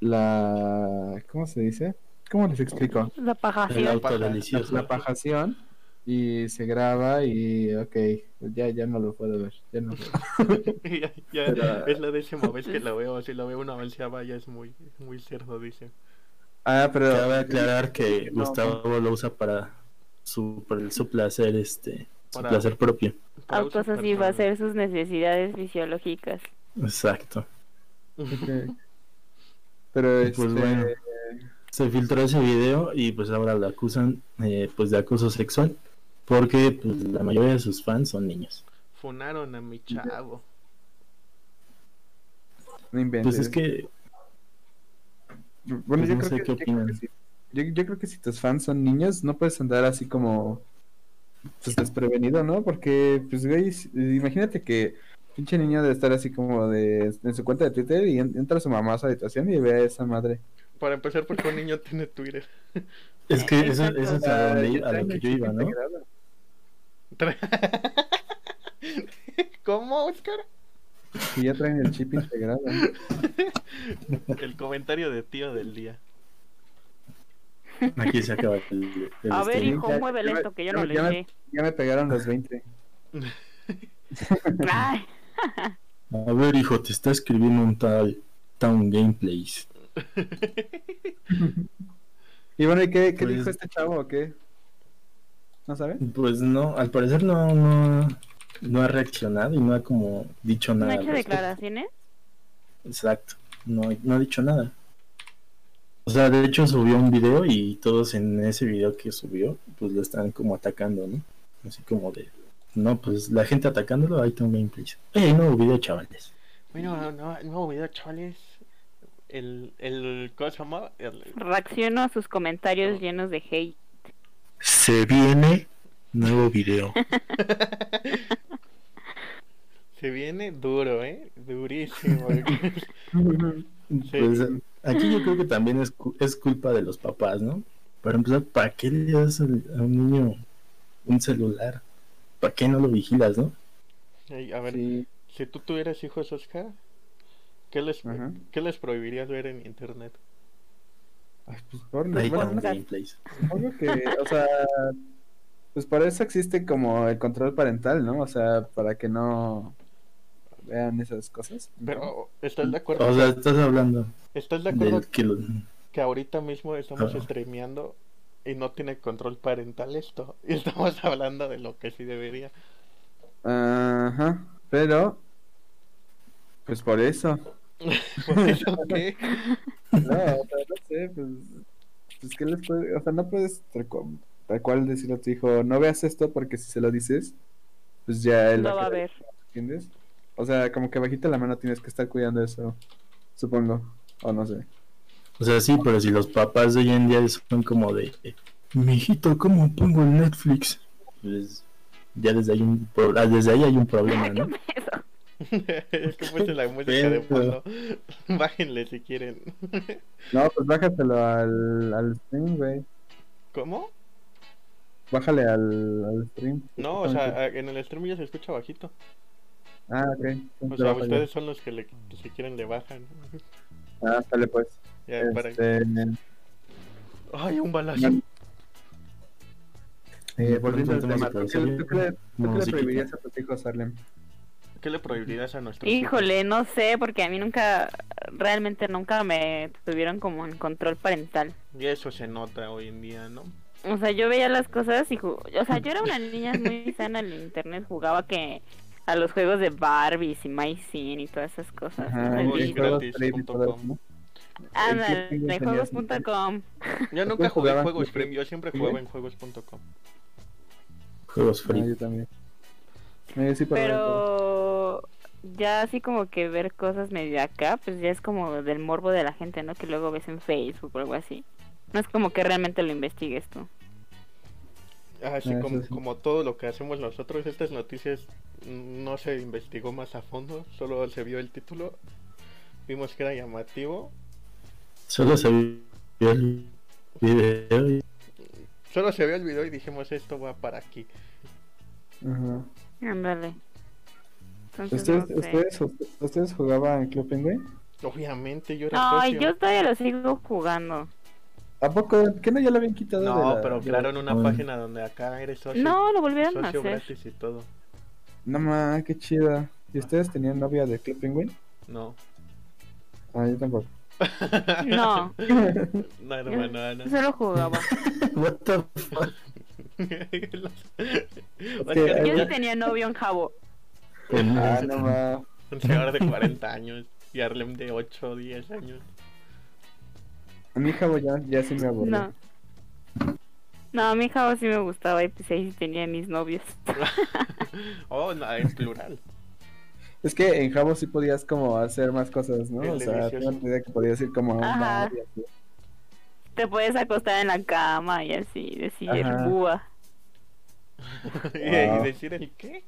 Speaker 1: la ¿cómo se dice? ¿Cómo les explico?
Speaker 3: La
Speaker 4: el
Speaker 3: pajación.
Speaker 4: auto delicioso.
Speaker 1: La pajación y se graba y ok, ya ya no lo puedo ver, ya no.
Speaker 2: Ya, ya,
Speaker 1: Pero-
Speaker 2: es la décima vez que la veo. Si la veo una vez ya vaya, es muy, muy cerdo, dice.
Speaker 1: Ah,
Speaker 4: Cabe
Speaker 1: pero
Speaker 4: aclarar que
Speaker 1: No.
Speaker 4: Gustavo lo usa para su, para su placer, este, su
Speaker 2: Para-
Speaker 4: placer propio.
Speaker 2: Para
Speaker 3: Autos
Speaker 2: uso
Speaker 3: Ah, pues, así va a
Speaker 2: personal.
Speaker 3: ser sus necesidades fisiológicas.
Speaker 4: Exacto.
Speaker 1: ok. pero
Speaker 4: Pues
Speaker 1: este,
Speaker 4: bueno. Se filtró ese video y pues ahora lo acusan eh, pues de acoso sexual porque pues la mayoría de sus fans son niños.
Speaker 2: Funaron a mi chavo.
Speaker 1: no inventes.
Speaker 4: Pues es que
Speaker 1: Bueno,
Speaker 4: Pues
Speaker 1: yo
Speaker 4: no
Speaker 1: creo
Speaker 4: sé
Speaker 1: que, yo
Speaker 4: qué
Speaker 1: creo que
Speaker 4: opinan.
Speaker 1: si, yo, yo creo que si tus fans son niños, no puedes andar así como pues desprevenido, ¿no? Porque, pues, güey, si- imagínate que pinche niño debe estar así como de en su cuenta de Twitter y en- entra su mamá a su habitación y ve a esa madre.
Speaker 2: Para empezar, porque un niño tiene Twitter.
Speaker 4: es que eso,
Speaker 3: Exacto.
Speaker 4: eso es a, donde yo- a lo que yo iba, ¿no?
Speaker 2: Tra- ¿Cómo, Oscar?
Speaker 1: Y ya traen el chip integrado.
Speaker 2: El comentario de tío del día.
Speaker 4: Aquí se acaba el, el
Speaker 3: A ver,
Speaker 4: stream.
Speaker 3: hijo,
Speaker 1: Ya-
Speaker 3: mueve
Speaker 1: ya me-
Speaker 3: esto que yo no
Speaker 1: ya-
Speaker 3: le
Speaker 1: ya me-
Speaker 3: dije.
Speaker 1: Ya me pegaron los 20.
Speaker 3: Ay,
Speaker 4: A ver, hijo, te está escribiendo un tal Town Gameplays.
Speaker 1: Y bueno, ¿y qué, qué
Speaker 4: Pues-
Speaker 1: dijo este chavo o qué? ¿No sabes?
Speaker 4: Pues no, al parecer no, no, no ha reaccionado y no ha como dicho
Speaker 3: ¿no
Speaker 4: nada. pues,
Speaker 3: ha
Speaker 4: al
Speaker 3: hecho
Speaker 4: respecto.
Speaker 3: declaraciones?
Speaker 4: Exacto, no, no ha dicho nada. O sea, de hecho subió un video y todos en ese video que subió, pues lo están como atacando, ¿no? Así como de, no, pues la gente atacándolo, ahí también, please. ¡Eh, nuevo video, chavales!
Speaker 2: Bueno, no, nuevo video, chavales. El, el, ¿cómo se llama? El-
Speaker 3: Reacciono a sus comentarios llenos de hate.
Speaker 4: Se viene nuevo video.
Speaker 2: se viene duro, ¿eh? Durísimo.
Speaker 4: Pues aquí yo creo que también es, cu- es culpa de los papás, ¿no? Para empezar, ¿para qué le das al- a un niño un celular? ¿Para qué no lo vigilas, no?
Speaker 2: Ey, a ver,
Speaker 1: Sí.
Speaker 2: si tú tuvieras hijos, Oscar, ¿qué les,
Speaker 1: Ajá.
Speaker 2: ¿qué les prohibirías ver en internet?
Speaker 1: Ay, pues, porno.
Speaker 4: Ahí
Speaker 1: Bueno,
Speaker 4: Town
Speaker 1: no sé.
Speaker 4: Gameplays.
Speaker 1: Supongo que, o sea, pues para eso existe como el control parental, ¿no? O sea, para que no vean esas cosas.
Speaker 2: Pero, ¿estás de acuerdo?
Speaker 4: O sea, estás hablando
Speaker 2: ¿Estás de acuerdo
Speaker 4: del que lo...
Speaker 2: que ahorita mismo estamos
Speaker 4: Ah.
Speaker 2: streameando y no tiene control parental esto? Y estamos hablando de lo que sí debería.
Speaker 1: Ajá, pero, pues por eso.
Speaker 2: Por eso, ¿qué?
Speaker 1: No, o sea, no sé, pues, pues ¿qué les puede- O sea, no puedes tal cu- tal cual decirle a tu hijo, no veas esto porque si se lo dices, pues ya él
Speaker 3: Lo
Speaker 1: a
Speaker 3: va a
Speaker 1: querer,
Speaker 3: ver.
Speaker 1: ¿entiendes? O sea, como que bajita la mano tienes que estar cuidando eso, supongo, o no sé.
Speaker 4: O sea, sí, pero si los papás de hoy en día son como de, eh, mijito, ¿cómo pongo el Netflix? Pues ya desde ahí, un pro- ah, desde ahí hay un problema, ¿no?
Speaker 3: Eso.
Speaker 2: es que puse la música de fondo. Bájenle si quieren.
Speaker 1: No, pues bájatelo al, al stream, güey.
Speaker 2: ¿Cómo?
Speaker 1: Bájale al, al stream.
Speaker 2: No, o sea, a- en el stream ya se escucha bajito.
Speaker 1: Ah, ok.
Speaker 2: O
Speaker 1: Entonces,
Speaker 2: sea,
Speaker 1: bájale.
Speaker 2: ustedes son los que le, si quieren le bajan.
Speaker 1: Ah, sale pues.
Speaker 2: Ya, Eh, para...
Speaker 1: Este,
Speaker 2: Ay, un balazo.
Speaker 1: bueno. Eh,
Speaker 4: De
Speaker 1: volviendo
Speaker 4: pronto
Speaker 1: al
Speaker 4: el tema
Speaker 1: tema,
Speaker 4: se
Speaker 1: ¿tú qué,
Speaker 4: parece
Speaker 1: tú qué le- tú qué le
Speaker 4: musiquita.
Speaker 1: prohibirías a tus hijos, Arlen?
Speaker 2: ¿Qué le prohibirías a nuestros hijos?
Speaker 3: Híjole, no sé, porque a mí nunca, realmente nunca me tuvieron como en control parental.
Speaker 2: Y eso se nota hoy en día, ¿no?
Speaker 3: O sea, yo veía las cosas y... ju- O sea, yo era una niña muy sana en el internet, jugaba que a los juegos de Barbies y My Scene y todas esas cosas.
Speaker 1: Ajá,
Speaker 3: Al
Speaker 1: el
Speaker 2: Uy,
Speaker 3: Wii.
Speaker 1: juegos
Speaker 2: gratis
Speaker 1: Freddy,
Speaker 2: punto
Speaker 1: todo
Speaker 2: com.
Speaker 1: eso, ¿no?
Speaker 3: Ándale,
Speaker 1: ¿Quién tenía
Speaker 3: juegos.com.
Speaker 2: Yo
Speaker 1: Ustedes
Speaker 2: nunca jugué en
Speaker 1: jugaban
Speaker 2: juegos
Speaker 1: juegos-
Speaker 2: premium, yo siempre jugaba en juegos.com.
Speaker 4: Juegos
Speaker 1: Ah,
Speaker 4: free.
Speaker 1: yo también. No, yo sí probé todo.
Speaker 3: Pero ya así como que ver cosas medio acá, pues ya es como del morbo de la gente, ¿no? Que luego ves en Facebook o algo así. No es como que realmente lo investigues tú.
Speaker 2: Así
Speaker 1: Ah, eso
Speaker 2: como,
Speaker 1: sí.
Speaker 2: como todo lo que hacemos nosotros, estas noticias mm, no se investigó más a fondo, solo se vio el título, vimos que era llamativo,
Speaker 4: Solo se vio el video y
Speaker 2: solo se vio el video y dijimos esto va para aquí.
Speaker 1: Ajá.
Speaker 3: Ándale. Entonces,
Speaker 1: ¿Ustedes,
Speaker 3: no sé.
Speaker 1: ustedes, ustedes, jugaban Club Penguin?
Speaker 2: Obviamente yo era
Speaker 3: Ay,
Speaker 2: socio.
Speaker 3: yo todavía lo sigo jugando.
Speaker 1: ¿A poco? ¿Qué no ya lo habían quitado? de
Speaker 2: No,
Speaker 1: la-
Speaker 2: pero
Speaker 1: de-
Speaker 2: crearon una
Speaker 4: Ay.
Speaker 2: página donde acá eres socio.
Speaker 3: No, lo volvieron a
Speaker 2: socio
Speaker 3: hacer.
Speaker 2: gratis y todo.
Speaker 1: No ma, qué chida. ¿Y ustedes tenían novia de Club Penguin?
Speaker 2: No.
Speaker 1: Ah, yo tampoco.
Speaker 3: No,
Speaker 2: No, hermano, no.
Speaker 3: yo solo jugaba.
Speaker 4: What the fuck?
Speaker 2: Oscar,
Speaker 1: hay
Speaker 3: Yo sí
Speaker 1: Ya.
Speaker 3: tenía novio en Jabo.
Speaker 2: Eh,
Speaker 1: Ah, no ma.
Speaker 2: Un señor de 40 años y Arlem de 8 o 10 años.
Speaker 1: A mi hija ya, ya sí me aburrió.
Speaker 3: No. No, a mi Jabo sí me gustaba y pues ahí sí tenía mis novios.
Speaker 2: Oh, no, en plural.
Speaker 1: Es que en Jabo sí podías como hacer más cosas, ¿no?
Speaker 2: El
Speaker 1: o sea,
Speaker 2: delicioso.
Speaker 1: tengo idea que podías ir como a un
Speaker 3: Ajá.
Speaker 1: bar y así.
Speaker 3: Te puedes acostar en la cama y así, decir
Speaker 1: Ajá.
Speaker 3: búa.
Speaker 2: y,
Speaker 1: Wow.
Speaker 2: decir el qué.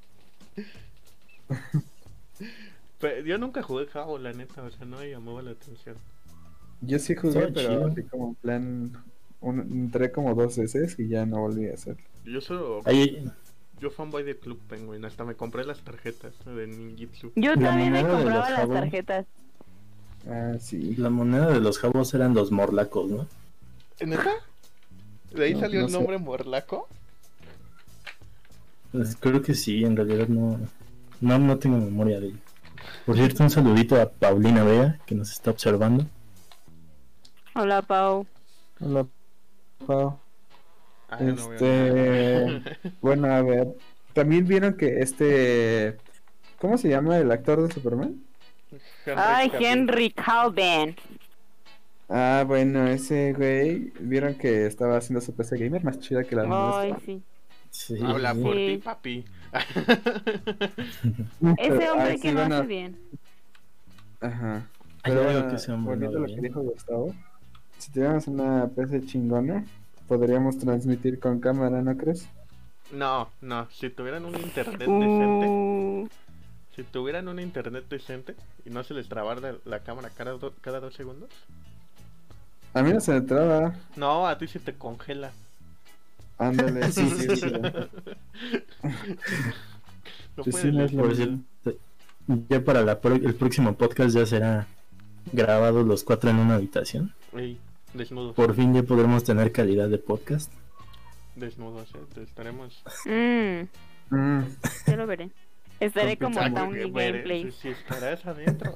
Speaker 2: Pero yo nunca jugué Jabo, la neta, o sea, no me llamaba la atención.
Speaker 1: Yo sí jugué,
Speaker 4: Estaba
Speaker 1: pero
Speaker 4: chido.
Speaker 1: así como en plan... un- entré como dos veces y ya no volví a hacerlo.
Speaker 2: Yo solo,
Speaker 4: Ahí,
Speaker 2: yo fanboy de Club Penguin, hasta me compré las tarjetas de Ninjitsu.
Speaker 3: Yo
Speaker 4: La
Speaker 3: también me
Speaker 4: moneda de
Speaker 3: compraba
Speaker 4: los
Speaker 3: las
Speaker 4: jabón.
Speaker 3: tarjetas.
Speaker 1: Ah, sí.
Speaker 4: la moneda de los jabos eran los morlacos, ¿no?
Speaker 2: ¿Neta? ¿De ahí
Speaker 1: No,
Speaker 2: salió
Speaker 1: no
Speaker 2: el
Speaker 1: sé.
Speaker 2: nombre Morlaco?
Speaker 4: Pues creo que sí, en realidad no, no, no tengo memoria de ello. Por cierto, un saludito a Paulina Vega, que nos está observando.
Speaker 3: Hola, Pau.
Speaker 1: Hola, Pau.
Speaker 2: Ah, no veo
Speaker 1: Este,
Speaker 2: nada.
Speaker 1: Bueno, a ver. También vieron que este. ¿Cómo se llama el actor de Superman?
Speaker 3: Ay,
Speaker 2: Cavill.
Speaker 3: Henry Calvin.
Speaker 1: Ah, bueno, ese güey. Vieron que estaba haciendo su PC gamer más chida que la
Speaker 3: Ay,
Speaker 1: nuestra?
Speaker 3: sí.
Speaker 4: Sí,
Speaker 2: Habla
Speaker 4: sí.
Speaker 2: por
Speaker 3: Sí.
Speaker 2: ti, papi.
Speaker 3: Ese
Speaker 1: Pero,
Speaker 3: hombre
Speaker 1: ah,
Speaker 3: que
Speaker 1: sí,
Speaker 3: lo
Speaker 1: bueno,
Speaker 3: hace bien.
Speaker 1: Ajá.
Speaker 4: Hay
Speaker 1: Pero
Speaker 4: algo
Speaker 1: bueno,
Speaker 4: que ese hombre no
Speaker 1: volviendo a
Speaker 4: haga
Speaker 1: lo que
Speaker 4: bien.
Speaker 1: dijo Gustavo, si tuviéramos una PC chingona, podríamos transmitir con cámara, ¿no crees?
Speaker 2: No, no, si tuvieran un internet decente,
Speaker 3: Uh,
Speaker 2: si tuvieran un internet decente y no se les trabara la, la cámara cada, do- cada dos segundos,
Speaker 1: A mí no se me traba.
Speaker 2: no, a ti se te congela.
Speaker 1: Ándale, sí, sí, sí.
Speaker 2: No
Speaker 1: Sí,
Speaker 2: puedes
Speaker 1: sí, no es
Speaker 2: decir-
Speaker 4: Por cierto, ya para la pro- el próximo podcast ya será grabado los cuatro en una habitación.
Speaker 2: Ey, desnudos,
Speaker 4: Por fin ya podremos tener calidad de podcast.
Speaker 2: desnudos, eh, te estaremos.
Speaker 3: mm,
Speaker 1: Mm,
Speaker 3: ya lo veré. Estaré como
Speaker 2: Estaremos-
Speaker 3: Towny
Speaker 2: veré
Speaker 3: Gameplay.
Speaker 2: Si, si estarás adentro.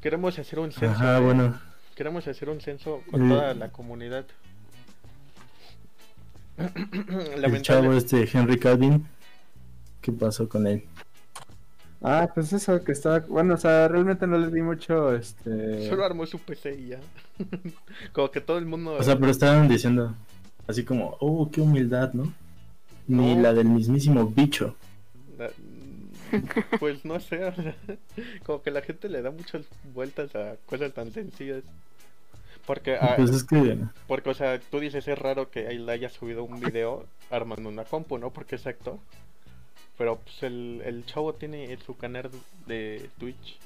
Speaker 2: Queremos hacer un censo.
Speaker 4: Ajá,
Speaker 2: eh,
Speaker 4: bueno.
Speaker 2: Queremos hacer un censo con
Speaker 4: Eh.
Speaker 2: toda la comunidad.
Speaker 4: El chavo
Speaker 2: Lamentable.
Speaker 4: este Henry Calvin, ¿qué pasó con él?
Speaker 1: Ah, pues eso que estaba. Bueno, o sea, realmente no les di mucho.
Speaker 4: eh,
Speaker 1: Este.
Speaker 2: Solo armó su PC y ya. Como que todo el mundo.
Speaker 4: O sea, pero estaban diciendo así como, oh, qué humildad, ¿no? Ni
Speaker 2: No.
Speaker 4: la del mismísimo bicho.
Speaker 2: la- Pues no sé, o sea, como que la gente le da muchas vueltas a cosas tan sencillas. Porque, ah,
Speaker 4: Pues es que
Speaker 2: porque, o sea, tú dices es raro que él haya subido un video armando una compu, ¿no? Porque es actor. Pero pues el, el chavo tiene su canal de Twitch.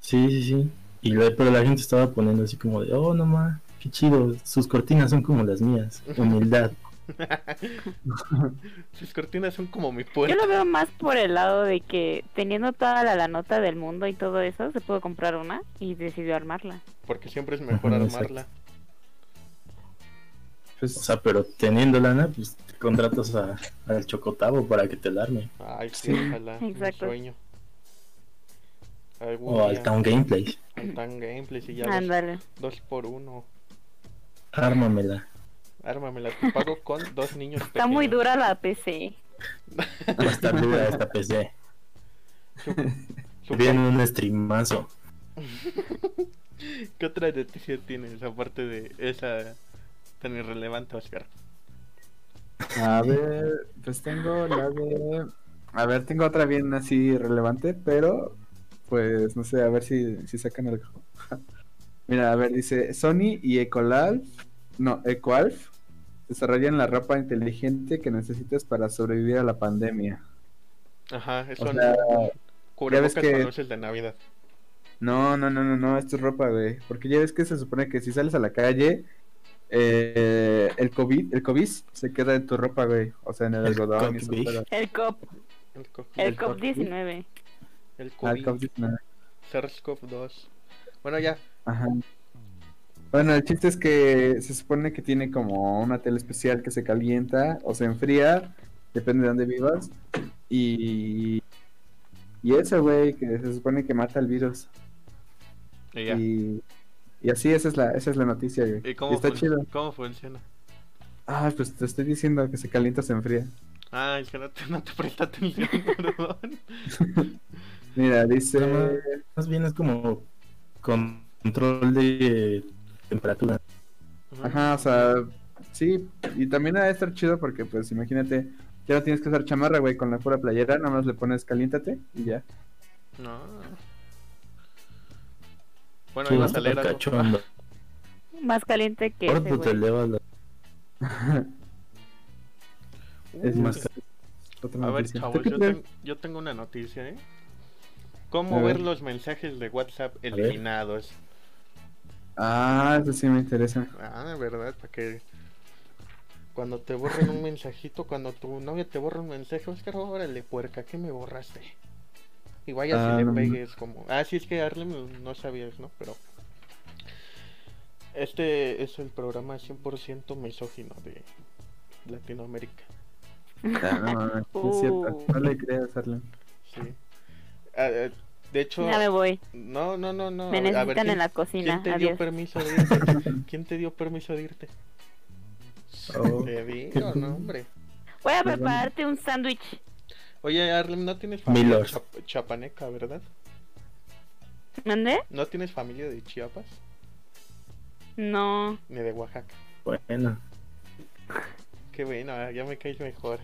Speaker 4: sí, sí, sí. Y la- pero la gente estaba poniendo así como de, oh, no ma, qué chido, sus cortinas son como las mías, humildad.
Speaker 2: Sus cortinas son como mi
Speaker 3: Yo
Speaker 2: puerta.
Speaker 3: lo veo más por el lado de que teniendo toda la, la nota del mundo y todo eso, se pudo comprar una y decidió armarla.
Speaker 2: Porque siempre es mejor
Speaker 4: Ajá,
Speaker 2: armarla.
Speaker 1: Pues,
Speaker 4: O sea, pero teniendo lana, pues te contratas a, al chocotavo para que te alarme.
Speaker 2: Ay, sí,
Speaker 1: Sí.
Speaker 2: ojalá.
Speaker 3: Exacto.
Speaker 2: Un sueño. Algún
Speaker 4: O al
Speaker 2: día,
Speaker 4: Town Gameplay.
Speaker 2: al Town Gameplay, sí, ya dos,
Speaker 3: Ándale.
Speaker 2: dos por uno.
Speaker 4: Ármamela.
Speaker 2: Ármamela, te pago con dos niños
Speaker 3: Está muy
Speaker 2: pequeños.
Speaker 3: dura la PC.
Speaker 4: Va a estar dura esta PC.
Speaker 2: Supongo-
Speaker 4: Viene un streamazo.
Speaker 2: ¿Qué otra noticia tienes aparte de esa tan irrelevante, Oscar?
Speaker 1: a ver, pues tengo la de... A ver, tengo otra bien así relevante, pero pues no sé, a ver si, si sacan algo. Mira, a ver, dice Sony y Ecolab, no, Ecoalf, desarrollan la ropa inteligente que necesitas para sobrevivir a la pandemia.
Speaker 2: Ajá,
Speaker 1: O sea,
Speaker 2: eso no. Cubrebocas
Speaker 1: ya ves que-
Speaker 2: con luces de Navidad.
Speaker 1: No, no, no, no, no, esto es ropa, güey. Porque ya ves que se supone que si sales a la calle, eh, el COVID, el COVID se queda en tu ropa, güey. O sea, en el
Speaker 4: El
Speaker 1: algodón y eso,
Speaker 4: COVID.
Speaker 1: pero-
Speaker 3: El COP,
Speaker 2: El COVID.
Speaker 1: El
Speaker 3: el
Speaker 1: COP.
Speaker 3: COP19.
Speaker 1: Ah,
Speaker 2: El
Speaker 1: el
Speaker 2: COVID.
Speaker 1: COVID, no.
Speaker 2: SARS-CoV-2. Bueno, ya.
Speaker 1: Ajá. Bueno, el chiste es que se supone que tiene como una tela especial que se calienta o se enfría, depende de dónde vivas. Y. Y eso, güey, que se supone que mata el virus.
Speaker 2: Y ya. ¿Y,
Speaker 1: Y. Y así, esa es la, esa es la noticia, güey.
Speaker 2: cómo,
Speaker 1: está
Speaker 2: fun-
Speaker 1: chido.
Speaker 2: cómo funciona?
Speaker 1: Ah, pues te estoy diciendo que se calienta o se enfría.
Speaker 2: Ah, es que no te, no te presta atención, perdón.
Speaker 1: Mira, dice.
Speaker 4: No, no. Más bien es como con- control de temperatura.
Speaker 1: Ajá, o sea, sí, y también ha de estar chido porque, pues, imagínate, ya no tienes que usar chamarra, güey, con la pura playera, nada más le pones caliéntate y ya.
Speaker 2: No. Bueno,
Speaker 4: Sí,
Speaker 2: iba
Speaker 4: va
Speaker 2: a
Speaker 4: a estar
Speaker 2: salir algo.
Speaker 4: cachondo.
Speaker 3: Más caliente que
Speaker 4: Ahora pues
Speaker 3: ese,
Speaker 4: tú te
Speaker 3: güey.
Speaker 4: elevas la-
Speaker 1: es
Speaker 2: Uh,
Speaker 1: más
Speaker 2: A ver, chavos, yo, ten- yo tengo una noticia, ¿eh? ¿Cómo
Speaker 1: A
Speaker 2: ver
Speaker 1: ver.
Speaker 2: los mensajes de WhatsApp
Speaker 4: ver.
Speaker 2: eliminados?
Speaker 1: Ah, eso sí me interesa.
Speaker 2: Ah, de verdad, para que cuando te borren un mensajito, cuando tu novia te borra un mensaje, Oscar, órale, puerca, que me borraste. Y vaya
Speaker 1: Ah,
Speaker 2: si le
Speaker 1: no mames.
Speaker 2: pegues como. Ah, sí, es que Arlem no sabías, ¿no? Pero. Este es el programa 100% misógino de Latinoamérica.
Speaker 1: Ah, no, mames, no es cierto.
Speaker 2: Oh.
Speaker 3: Uh.
Speaker 1: No le creas, Arlen.
Speaker 2: Sí. Ah, eh, de hecho.
Speaker 3: Ya me voy.
Speaker 2: No, no, no, no.
Speaker 3: Me
Speaker 2: a ver- a ver,
Speaker 3: necesitan
Speaker 2: ¿quién-
Speaker 3: en la cocina.
Speaker 2: ¿Quién te dio
Speaker 3: Adiós.
Speaker 2: permiso de irte? ¿Quién te dio permiso de irte?
Speaker 4: Oh.
Speaker 2: Te digo, no, hombre.
Speaker 3: Voy a
Speaker 1: Perdón.
Speaker 3: prepararte un sándwich.
Speaker 2: Oye, Arlem, no tienes
Speaker 4: Mi
Speaker 2: familia
Speaker 4: lord.
Speaker 2: chap- chapaneca, ¿verdad?
Speaker 3: ¿Mandé?
Speaker 2: No tienes familia de Chiapas
Speaker 3: No.
Speaker 2: ni de Oaxaca.
Speaker 4: Bueno,
Speaker 2: Qué bueno, ah, ya me caes mejor.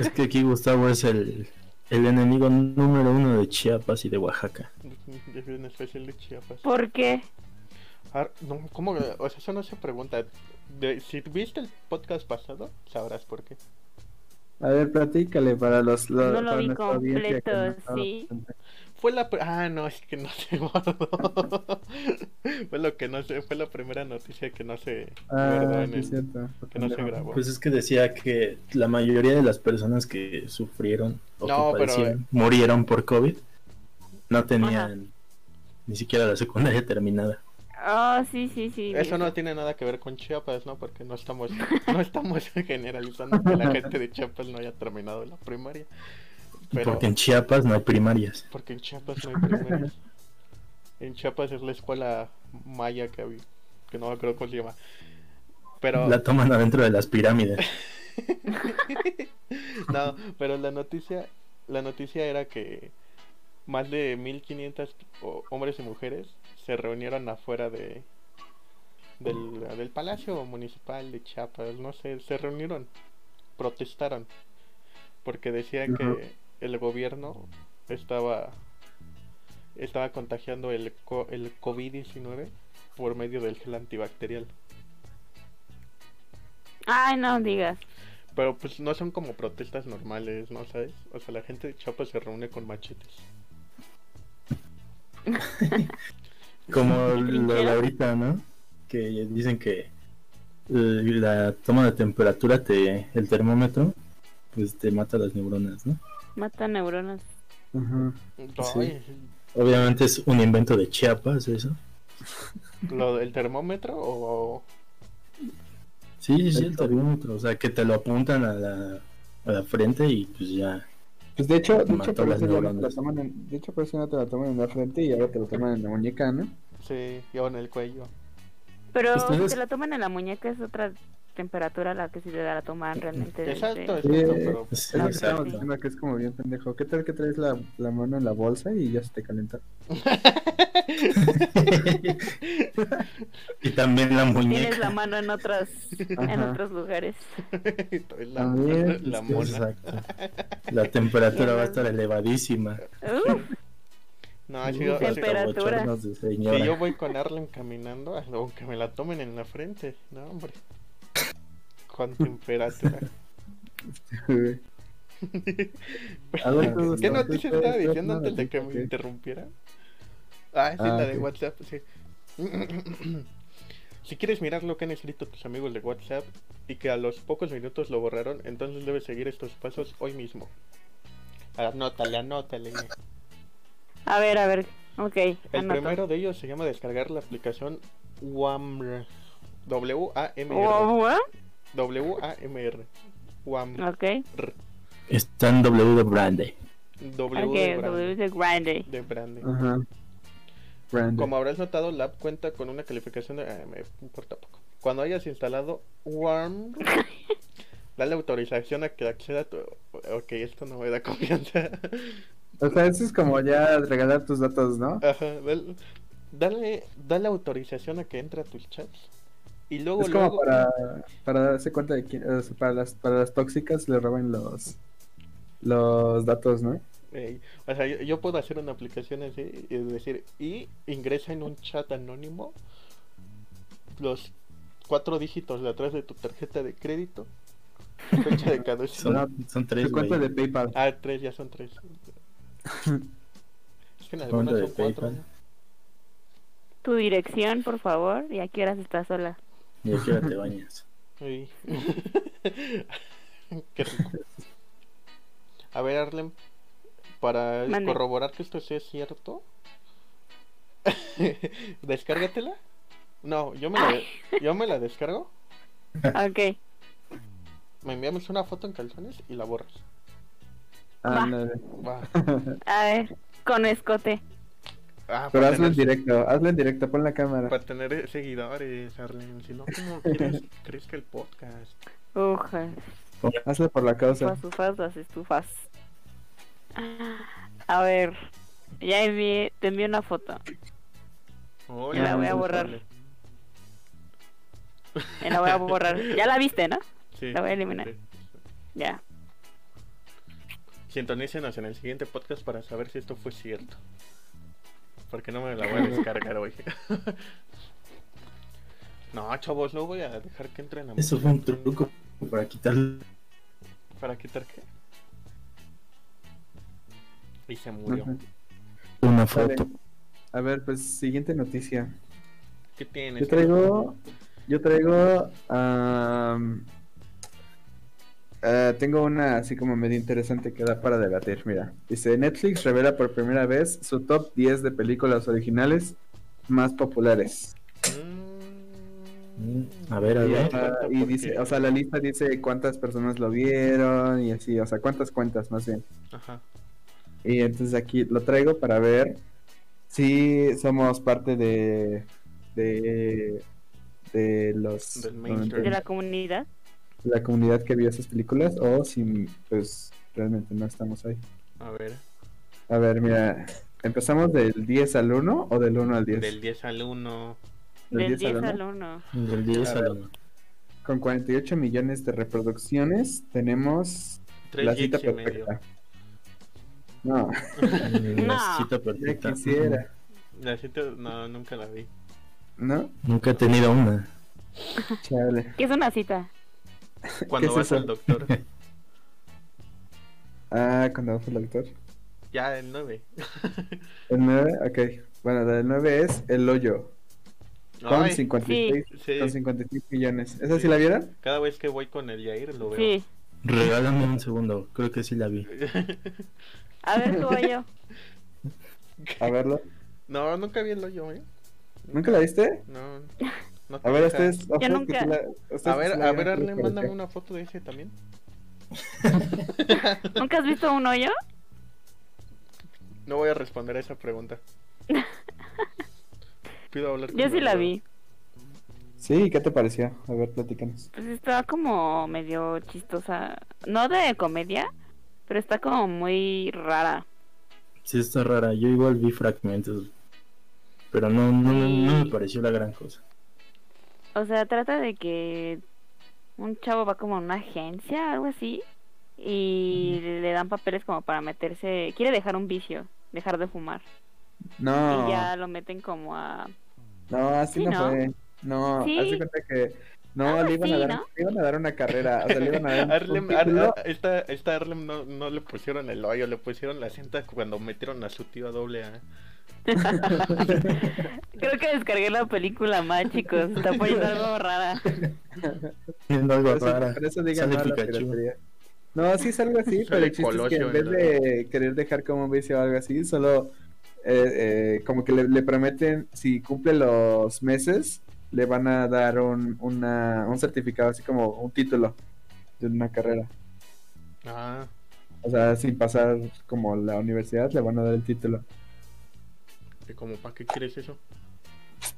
Speaker 4: es que aquí Gustavo es el, el enemigo número uno de Chiapas y de Oaxaca.
Speaker 2: En especial de Chiapas.
Speaker 3: ¿Por qué?
Speaker 2: Ar- no, ¿cómo? que? O sea, eso no se pregunta. De- si viste el podcast pasado, sabrás por qué.
Speaker 1: A ver, platícale para los. los-
Speaker 3: No lo
Speaker 1: para
Speaker 3: vi
Speaker 1: nuestra audiencia que
Speaker 3: completo,
Speaker 1: no-
Speaker 3: sí.
Speaker 2: Fue la. pr- Ah, no, es que no se guardó. fue lo que no se. Fue la primera noticia que no se. guardó
Speaker 1: Ah,
Speaker 2: en
Speaker 1: sí, es
Speaker 2: el-
Speaker 1: cierto.
Speaker 2: que no se grabó.
Speaker 4: Pues es que decía que la mayoría de las personas que sufrieron o
Speaker 2: No,
Speaker 4: que
Speaker 2: pero- eh,
Speaker 4: padecieron, murieron por COVID no tenían ni siquiera la secundaria terminada.
Speaker 3: Oh, sí, sí, sí. vi
Speaker 2: Eso no tiene nada que ver con Chiapas, ¿no? Porque no estamos, no estamos generalizando que la gente de Chiapas no haya terminado la primaria. Pero
Speaker 4: Porque en Chiapas no hay primarias.
Speaker 2: porque en Chiapas no hay primarias. En Chiapas es la escuela maya que había, que no me acuerdo cómo se llama. Pero
Speaker 4: La toman adentro de las pirámides.
Speaker 2: no, pero la noticia, la noticia era que más de 1500 ho- hombres y mujeres se reunieron afuera de del, del palacio municipal de Chiapas, no sé, se reunieron, protestaron porque decía
Speaker 1: Ajá.
Speaker 2: que el gobierno estaba estaba contagiando el, co- el COVID-19 por medio del gel antibacterial.
Speaker 3: Ay, no digas.
Speaker 2: Pero pues no son como protestas normales, ¿no sabes? O sea, la gente de Chiapas se reúne con machetes.
Speaker 4: Como lo de ahorita, ¿no? Que dicen que eh, la toma de temperatura, te, el termómetro, pues te mata las neuronas, ¿no?
Speaker 3: Mata neuronas.
Speaker 2: Ay,
Speaker 4: Obviamente es un invento de Chiapas eso.
Speaker 2: ¿Lo del termómetro o,
Speaker 4: Sí, sí, sí, el termómetro, o sea, que te lo apuntan a la, a la frente y pues ya.
Speaker 1: Pues de hecho, de hecho,
Speaker 4: Mató
Speaker 1: por
Speaker 4: las
Speaker 1: eso ya no te la
Speaker 4: neuronas.
Speaker 1: toman en, de hecho, por eso ya no te la toman en la frente y ahora te lo toman en la muñeca, ¿no?
Speaker 2: Sí, yo en el cuello.
Speaker 3: Pero
Speaker 4: Ustedes-
Speaker 3: si te la toman en la muñeca es otra temperatura la que si te la toman realmente. desde-
Speaker 2: Exacto,
Speaker 1: Sí.
Speaker 2: exacto, pero
Speaker 4: Sí,
Speaker 1: Es lo que
Speaker 4: exacto.
Speaker 1: estábamos diciendo que es como bien pendejo. ¿Qué tal que traes la, la mano en la bolsa y ya se te calienta?
Speaker 4: y también la
Speaker 3: Tienes la
Speaker 4: muñeca.
Speaker 3: mano en otros, en
Speaker 1: Ajá.
Speaker 3: otros lugares.
Speaker 2: Estoy la,
Speaker 1: También,
Speaker 2: la
Speaker 4: Sí,
Speaker 2: mona.
Speaker 4: Exacto. La temperatura va a estar elevadísima.
Speaker 3: Uf,
Speaker 2: No,
Speaker 1: Ah,
Speaker 2: ha sido,
Speaker 3: Sí,
Speaker 2: ha sido-
Speaker 3: pero- Temperatura.
Speaker 4: Bochornos de señora.
Speaker 2: si yo voy con Arlen caminando, aunque me la tomen en la frente, no, hombre. Con temperatura.
Speaker 1: Ah,
Speaker 4: Algo
Speaker 2: ¿Qué
Speaker 4: que-
Speaker 2: noticia
Speaker 1: Estoy-
Speaker 2: estaba
Speaker 1: estoy
Speaker 2: diciendo
Speaker 1: haciendo
Speaker 2: antes de que me
Speaker 1: noticia, ok.
Speaker 2: interrumpiera? Ah, sí,
Speaker 1: Ah,
Speaker 2: la de
Speaker 1: ok.
Speaker 2: WhatsApp, sí. si quieres mirar lo que han escrito tus amigos de WhatsApp y que a los pocos minutos lo borraron, entonces debes seguir estos pasos hoy mismo. Anótale, anótale.
Speaker 3: a ver, a ver. Ok,
Speaker 2: El
Speaker 3: anoto.
Speaker 2: primero de ellos se llama descargar la aplicación WAMR. W-A-M-R.
Speaker 3: Oh,
Speaker 2: W-A-M-R. WAMR.
Speaker 3: ok,
Speaker 4: Está en W de Brandy.
Speaker 2: W
Speaker 3: ok,
Speaker 2: de
Speaker 3: W
Speaker 2: Brandy.
Speaker 3: de Grindr.
Speaker 2: De Brandy.
Speaker 1: Ajá. Brandon.
Speaker 2: Como habrás notado, la app cuenta con una calificación de... eh, me importa poco. Cuando hayas instalado Warm, dale autorización a que acceda a tu... Ok, esto no me da confianza.
Speaker 1: O sea, eso es como ya regalar tus datos, ¿no?
Speaker 2: Ajá, dale, dale, dale autorización a que entre a tus chats. Y luego,
Speaker 1: es como
Speaker 2: luego...
Speaker 1: para, para darse cuenta de quién. o sea, para, las, para las tóxicas le roban los, los datos, ¿no?
Speaker 2: Ey, o sea, yo, yo puedo hacer una aplicación así y decir, y ingresa en un chat anónimo los cuatro dígitos de atrás de tu tarjeta de crédito, fecha de caducidad.
Speaker 4: Son, son tres,
Speaker 1: Tu cuenta
Speaker 4: güey.
Speaker 1: de PayPal.
Speaker 2: Ah, tres, ya son tres. es que en
Speaker 4: Cuenta
Speaker 2: algunas
Speaker 4: de
Speaker 2: son cuatro.
Speaker 4: PayPal.
Speaker 3: Tu dirección, por favor, y a qué horas estás sola.
Speaker 4: Y aquí ahora te bañas.
Speaker 2: ¿no? Ey. Qué rico. A ver, Arlen, para
Speaker 3: Mande.
Speaker 2: corroborar que esto sea cierto, descárgatela. No, yo me, la, yo me la descargo,
Speaker 3: Ok,
Speaker 2: me enviamos una foto en calzones y la borras.
Speaker 1: Ah, Ándale.
Speaker 2: Va.
Speaker 3: a ver, con escote.
Speaker 2: Ah,
Speaker 1: Pero
Speaker 2: para,
Speaker 1: hazlo en
Speaker 2: tener,
Speaker 1: directo, hazlo en directo, pon la cámara.
Speaker 2: para tener eh, seguidores, Arlen. Si no, ¿cómo quieres, crees que el podcast?
Speaker 3: Ujú.
Speaker 1: Hazlo por la causa.
Speaker 3: estufas, las estufas. A ver, ya envié, te envié una foto.
Speaker 2: Oh,
Speaker 3: Ya la voy a borrar.
Speaker 2: sale.
Speaker 3: Eh, La voy a borrar. Ya la viste, ¿no?
Speaker 2: Sí.
Speaker 3: La voy a eliminar.
Speaker 2: Sí.
Speaker 3: Ya.
Speaker 2: Sintonícenos en el siguiente podcast para saber si esto fue cierto. Porque no me la voy a descargar hoy. no, chavos, no voy a dejar que entren a
Speaker 4: Eso fue un truco para quitar
Speaker 2: ¿Para quitar qué? Y se murió.
Speaker 1: Ajá.
Speaker 4: una foto.
Speaker 1: A ver, pues siguiente noticia.
Speaker 2: ¿Qué tienes?
Speaker 1: Yo traigo. Yo traigo. am, eh, tengo una así como medio interesante que da para debatir. Mira, dice: Netflix revela por primera vez su top 10 de películas originales más populares.
Speaker 2: Mm.
Speaker 4: Mm, A ver, a
Speaker 1: Y,
Speaker 4: ver.
Speaker 1: hasta-
Speaker 2: ¿por
Speaker 1: Ah, y
Speaker 2: qué?
Speaker 1: dice: O sea, la lista dice cuántas personas lo vieron y así, o sea, cuántas cuentas más bien.
Speaker 2: Ajá.
Speaker 1: Y entonces aquí lo traigo para ver si somos parte de. de. de los.
Speaker 2: Del mainstream.
Speaker 3: De la comunidad.
Speaker 1: la comunidad que vio esas películas o si pues realmente no estamos ahí.
Speaker 2: A ver.
Speaker 1: A ver, mira, empezamos del 10 al 1 o del 1 al 10.
Speaker 2: Del 10 al 1.
Speaker 3: Del 10 al 1.
Speaker 4: Del 10
Speaker 1: A ver.
Speaker 4: al
Speaker 1: Con 48 millones de reproducciones tenemos la
Speaker 2: 3
Speaker 1: cita
Speaker 2: gigs y medio.
Speaker 1: perfecta. No,
Speaker 4: La
Speaker 3: No.
Speaker 1: ya
Speaker 4: cita perfecta.
Speaker 1: quisiera.
Speaker 2: La siete- no, nunca la vi.
Speaker 1: ¿No?
Speaker 4: Nunca he tenido una.
Speaker 1: Chale.
Speaker 3: ¿Qué es una cita?
Speaker 2: Cuando
Speaker 1: es
Speaker 2: vas
Speaker 1: eso?
Speaker 2: al doctor,
Speaker 1: Ah, cuando fue el doctor.
Speaker 2: ya el 9.
Speaker 1: El 9, ok. Bueno, la del 9 es El Hoyo. Con 56,
Speaker 2: Sí.
Speaker 1: con 56 millones. ¿Esa sí,
Speaker 2: Sí.
Speaker 1: la vieron?
Speaker 2: Cada vez que voy con el Yair lo veo.
Speaker 3: Sí.
Speaker 4: Regálame un segundo, creo que sí la vi.
Speaker 3: A ver, tú o yo.
Speaker 1: A verlo.
Speaker 2: no, nunca vi el hoyo, ¿eh?
Speaker 1: ¿Nunca la viste?
Speaker 2: No. no te
Speaker 1: A ver, este
Speaker 2: deja.
Speaker 1: ustedes. ustedes que
Speaker 3: nunca.
Speaker 1: sí la- ustedes que
Speaker 2: A
Speaker 1: sí
Speaker 2: ver,
Speaker 1: la
Speaker 2: a
Speaker 1: vieron,
Speaker 2: ver,
Speaker 1: ¿qué les
Speaker 2: Arlen, mándame
Speaker 1: pareció?
Speaker 2: una foto de ese también.
Speaker 3: ¿Nunca has visto un hoyo?
Speaker 2: No voy a responder a esa pregunta. Pido hablar con
Speaker 3: Yo sí la
Speaker 2: Eduardo.
Speaker 3: vi.
Speaker 1: Sí, ¿qué te pareció? A ver, platícanos.
Speaker 3: Pues estaba como medio chistosa. No de comedia, pero está como muy rara.
Speaker 4: Sí, está rara. Yo igual vi fragmentos. Pero no, no, no, no me pareció la gran cosa.
Speaker 3: O sea, trata de que un chavo va como a una agencia, algo así, y le dan papeles como para meterse. Quiere dejar un vicio, dejar de fumar.
Speaker 1: No,
Speaker 3: Y
Speaker 1: Ah.
Speaker 3: ya lo meten como a.
Speaker 1: no, así
Speaker 3: Sí,
Speaker 1: no,
Speaker 3: ¿no?
Speaker 1: fue. No,
Speaker 3: Sí.
Speaker 1: así cuenta que. No,
Speaker 3: Ah,
Speaker 1: le, iban a
Speaker 3: sí,
Speaker 1: dar,
Speaker 3: ¿no?
Speaker 1: le iban a dar una carrera. O sea, le iban a dar. un
Speaker 2: Arlem, Ar-
Speaker 1: título.
Speaker 2: Ar- esta, esta Arlem no, no le pusieron el hoyo, le pusieron la cinta cuando metieron a su tío a doble A.
Speaker 3: Creo que descargué la película más, chicos. Está poniendo algo rara.
Speaker 4: Viendo algo
Speaker 1: Por eso-
Speaker 4: rara.
Speaker 1: por eso digan
Speaker 4: Sale
Speaker 1: no a la
Speaker 4: Pikachu.
Speaker 1: piratería. No, sí es algo así,
Speaker 2: Sale
Speaker 1: pero el chiste es que
Speaker 2: Colosio
Speaker 1: en
Speaker 2: en
Speaker 1: vez
Speaker 2: la-
Speaker 1: de querer dejar como un vicio o algo así, solo eh, eh, como que le, le prometen, si cumple los meses, le van a dar un, una- un certificado, así como un título de una carrera.
Speaker 2: Ah,
Speaker 1: O sea, sin pasar como la universidad, le van a dar el título.
Speaker 2: ¿y como para qué quieres eso?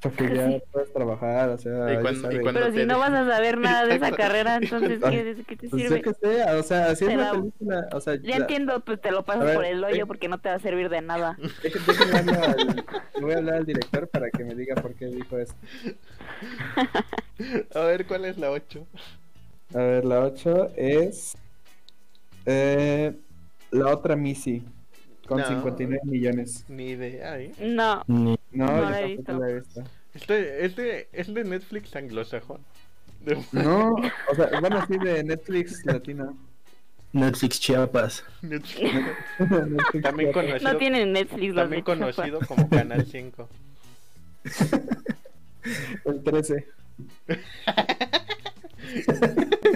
Speaker 1: Porque ya puedes trabajar, o sea,
Speaker 2: Y
Speaker 1: ya
Speaker 2: cuando- y
Speaker 1: sabes.
Speaker 2: cuando-
Speaker 3: Pero si
Speaker 2: te
Speaker 3: no vas
Speaker 2: dejan.
Speaker 3: a saber nada de esa
Speaker 2: Exacto.
Speaker 3: carrera, entonces, ¿qué, qué te
Speaker 1: Pues yo
Speaker 3: sirve?
Speaker 1: que sé, o sea, así es
Speaker 3: Te
Speaker 1: la
Speaker 3: la-
Speaker 1: película, o sea,
Speaker 3: Ya
Speaker 1: la-
Speaker 3: entiendo, pues te lo
Speaker 1: A
Speaker 3: pasas
Speaker 1: ver,
Speaker 3: por el
Speaker 1: eh.
Speaker 3: hoyo porque no te va a servir de nada.
Speaker 1: Deje- déjenme hablar al- le voy a hablar al director para que me diga por qué dijo esto.
Speaker 2: A ver, ¿cuál es la 8?
Speaker 1: A ver, la 8 es. eh, la otra Missy. Con
Speaker 2: No.
Speaker 1: 59 millones.
Speaker 2: Ni idea, ¿eh?
Speaker 3: No,
Speaker 4: Ni-
Speaker 1: No,
Speaker 3: No
Speaker 1: yo
Speaker 3: la
Speaker 1: tampoco
Speaker 3: he visto.
Speaker 1: la he visto.
Speaker 2: Este, este es de Netflix anglosajón. De-
Speaker 1: No, o sea, bueno, sí, de Netflix latino.
Speaker 4: Netflix Chiapas.
Speaker 2: Netflix.
Speaker 1: Netflix
Speaker 2: También
Speaker 1: latino.
Speaker 2: conocido,
Speaker 3: no tienen Netflix. los
Speaker 2: también
Speaker 3: de Chiapas.
Speaker 2: conocido como Canal 5.
Speaker 1: El 13.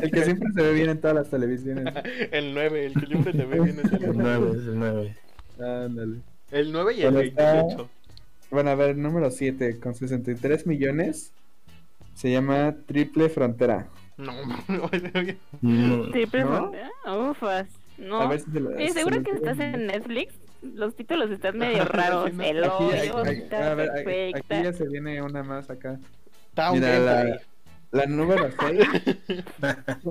Speaker 1: El que siempre se ve bien en todas las televisiones.
Speaker 2: El 9, el que siempre te ve bien es el
Speaker 4: El
Speaker 2: 9.
Speaker 4: 9 es el 9.
Speaker 1: Ándale.
Speaker 2: El 9 y el
Speaker 1: Bueno, está-
Speaker 2: 28.
Speaker 1: Bueno, a ver, número 7, con 63 millones. Se llama Triple Frontera.
Speaker 2: No, no, oye,
Speaker 4: No,
Speaker 3: Triple
Speaker 1: ¿No?
Speaker 3: frontera. Ufas. No.
Speaker 1: A ver si se lo.
Speaker 3: Eh,
Speaker 1: se
Speaker 3: seguro
Speaker 1: lo
Speaker 3: que
Speaker 1: digo.
Speaker 3: estás en Netflix. Los títulos están medio raros.
Speaker 2: Sí, no.
Speaker 3: El
Speaker 1: Aquí,
Speaker 3: hoyo,
Speaker 1: aquí, aquí,
Speaker 3: cita
Speaker 1: a ver, aquí-
Speaker 3: perfecta.
Speaker 1: aquí ya se viene una más acá.
Speaker 2: Town
Speaker 1: Mira,
Speaker 2: Gameplay.
Speaker 1: la, la número 6.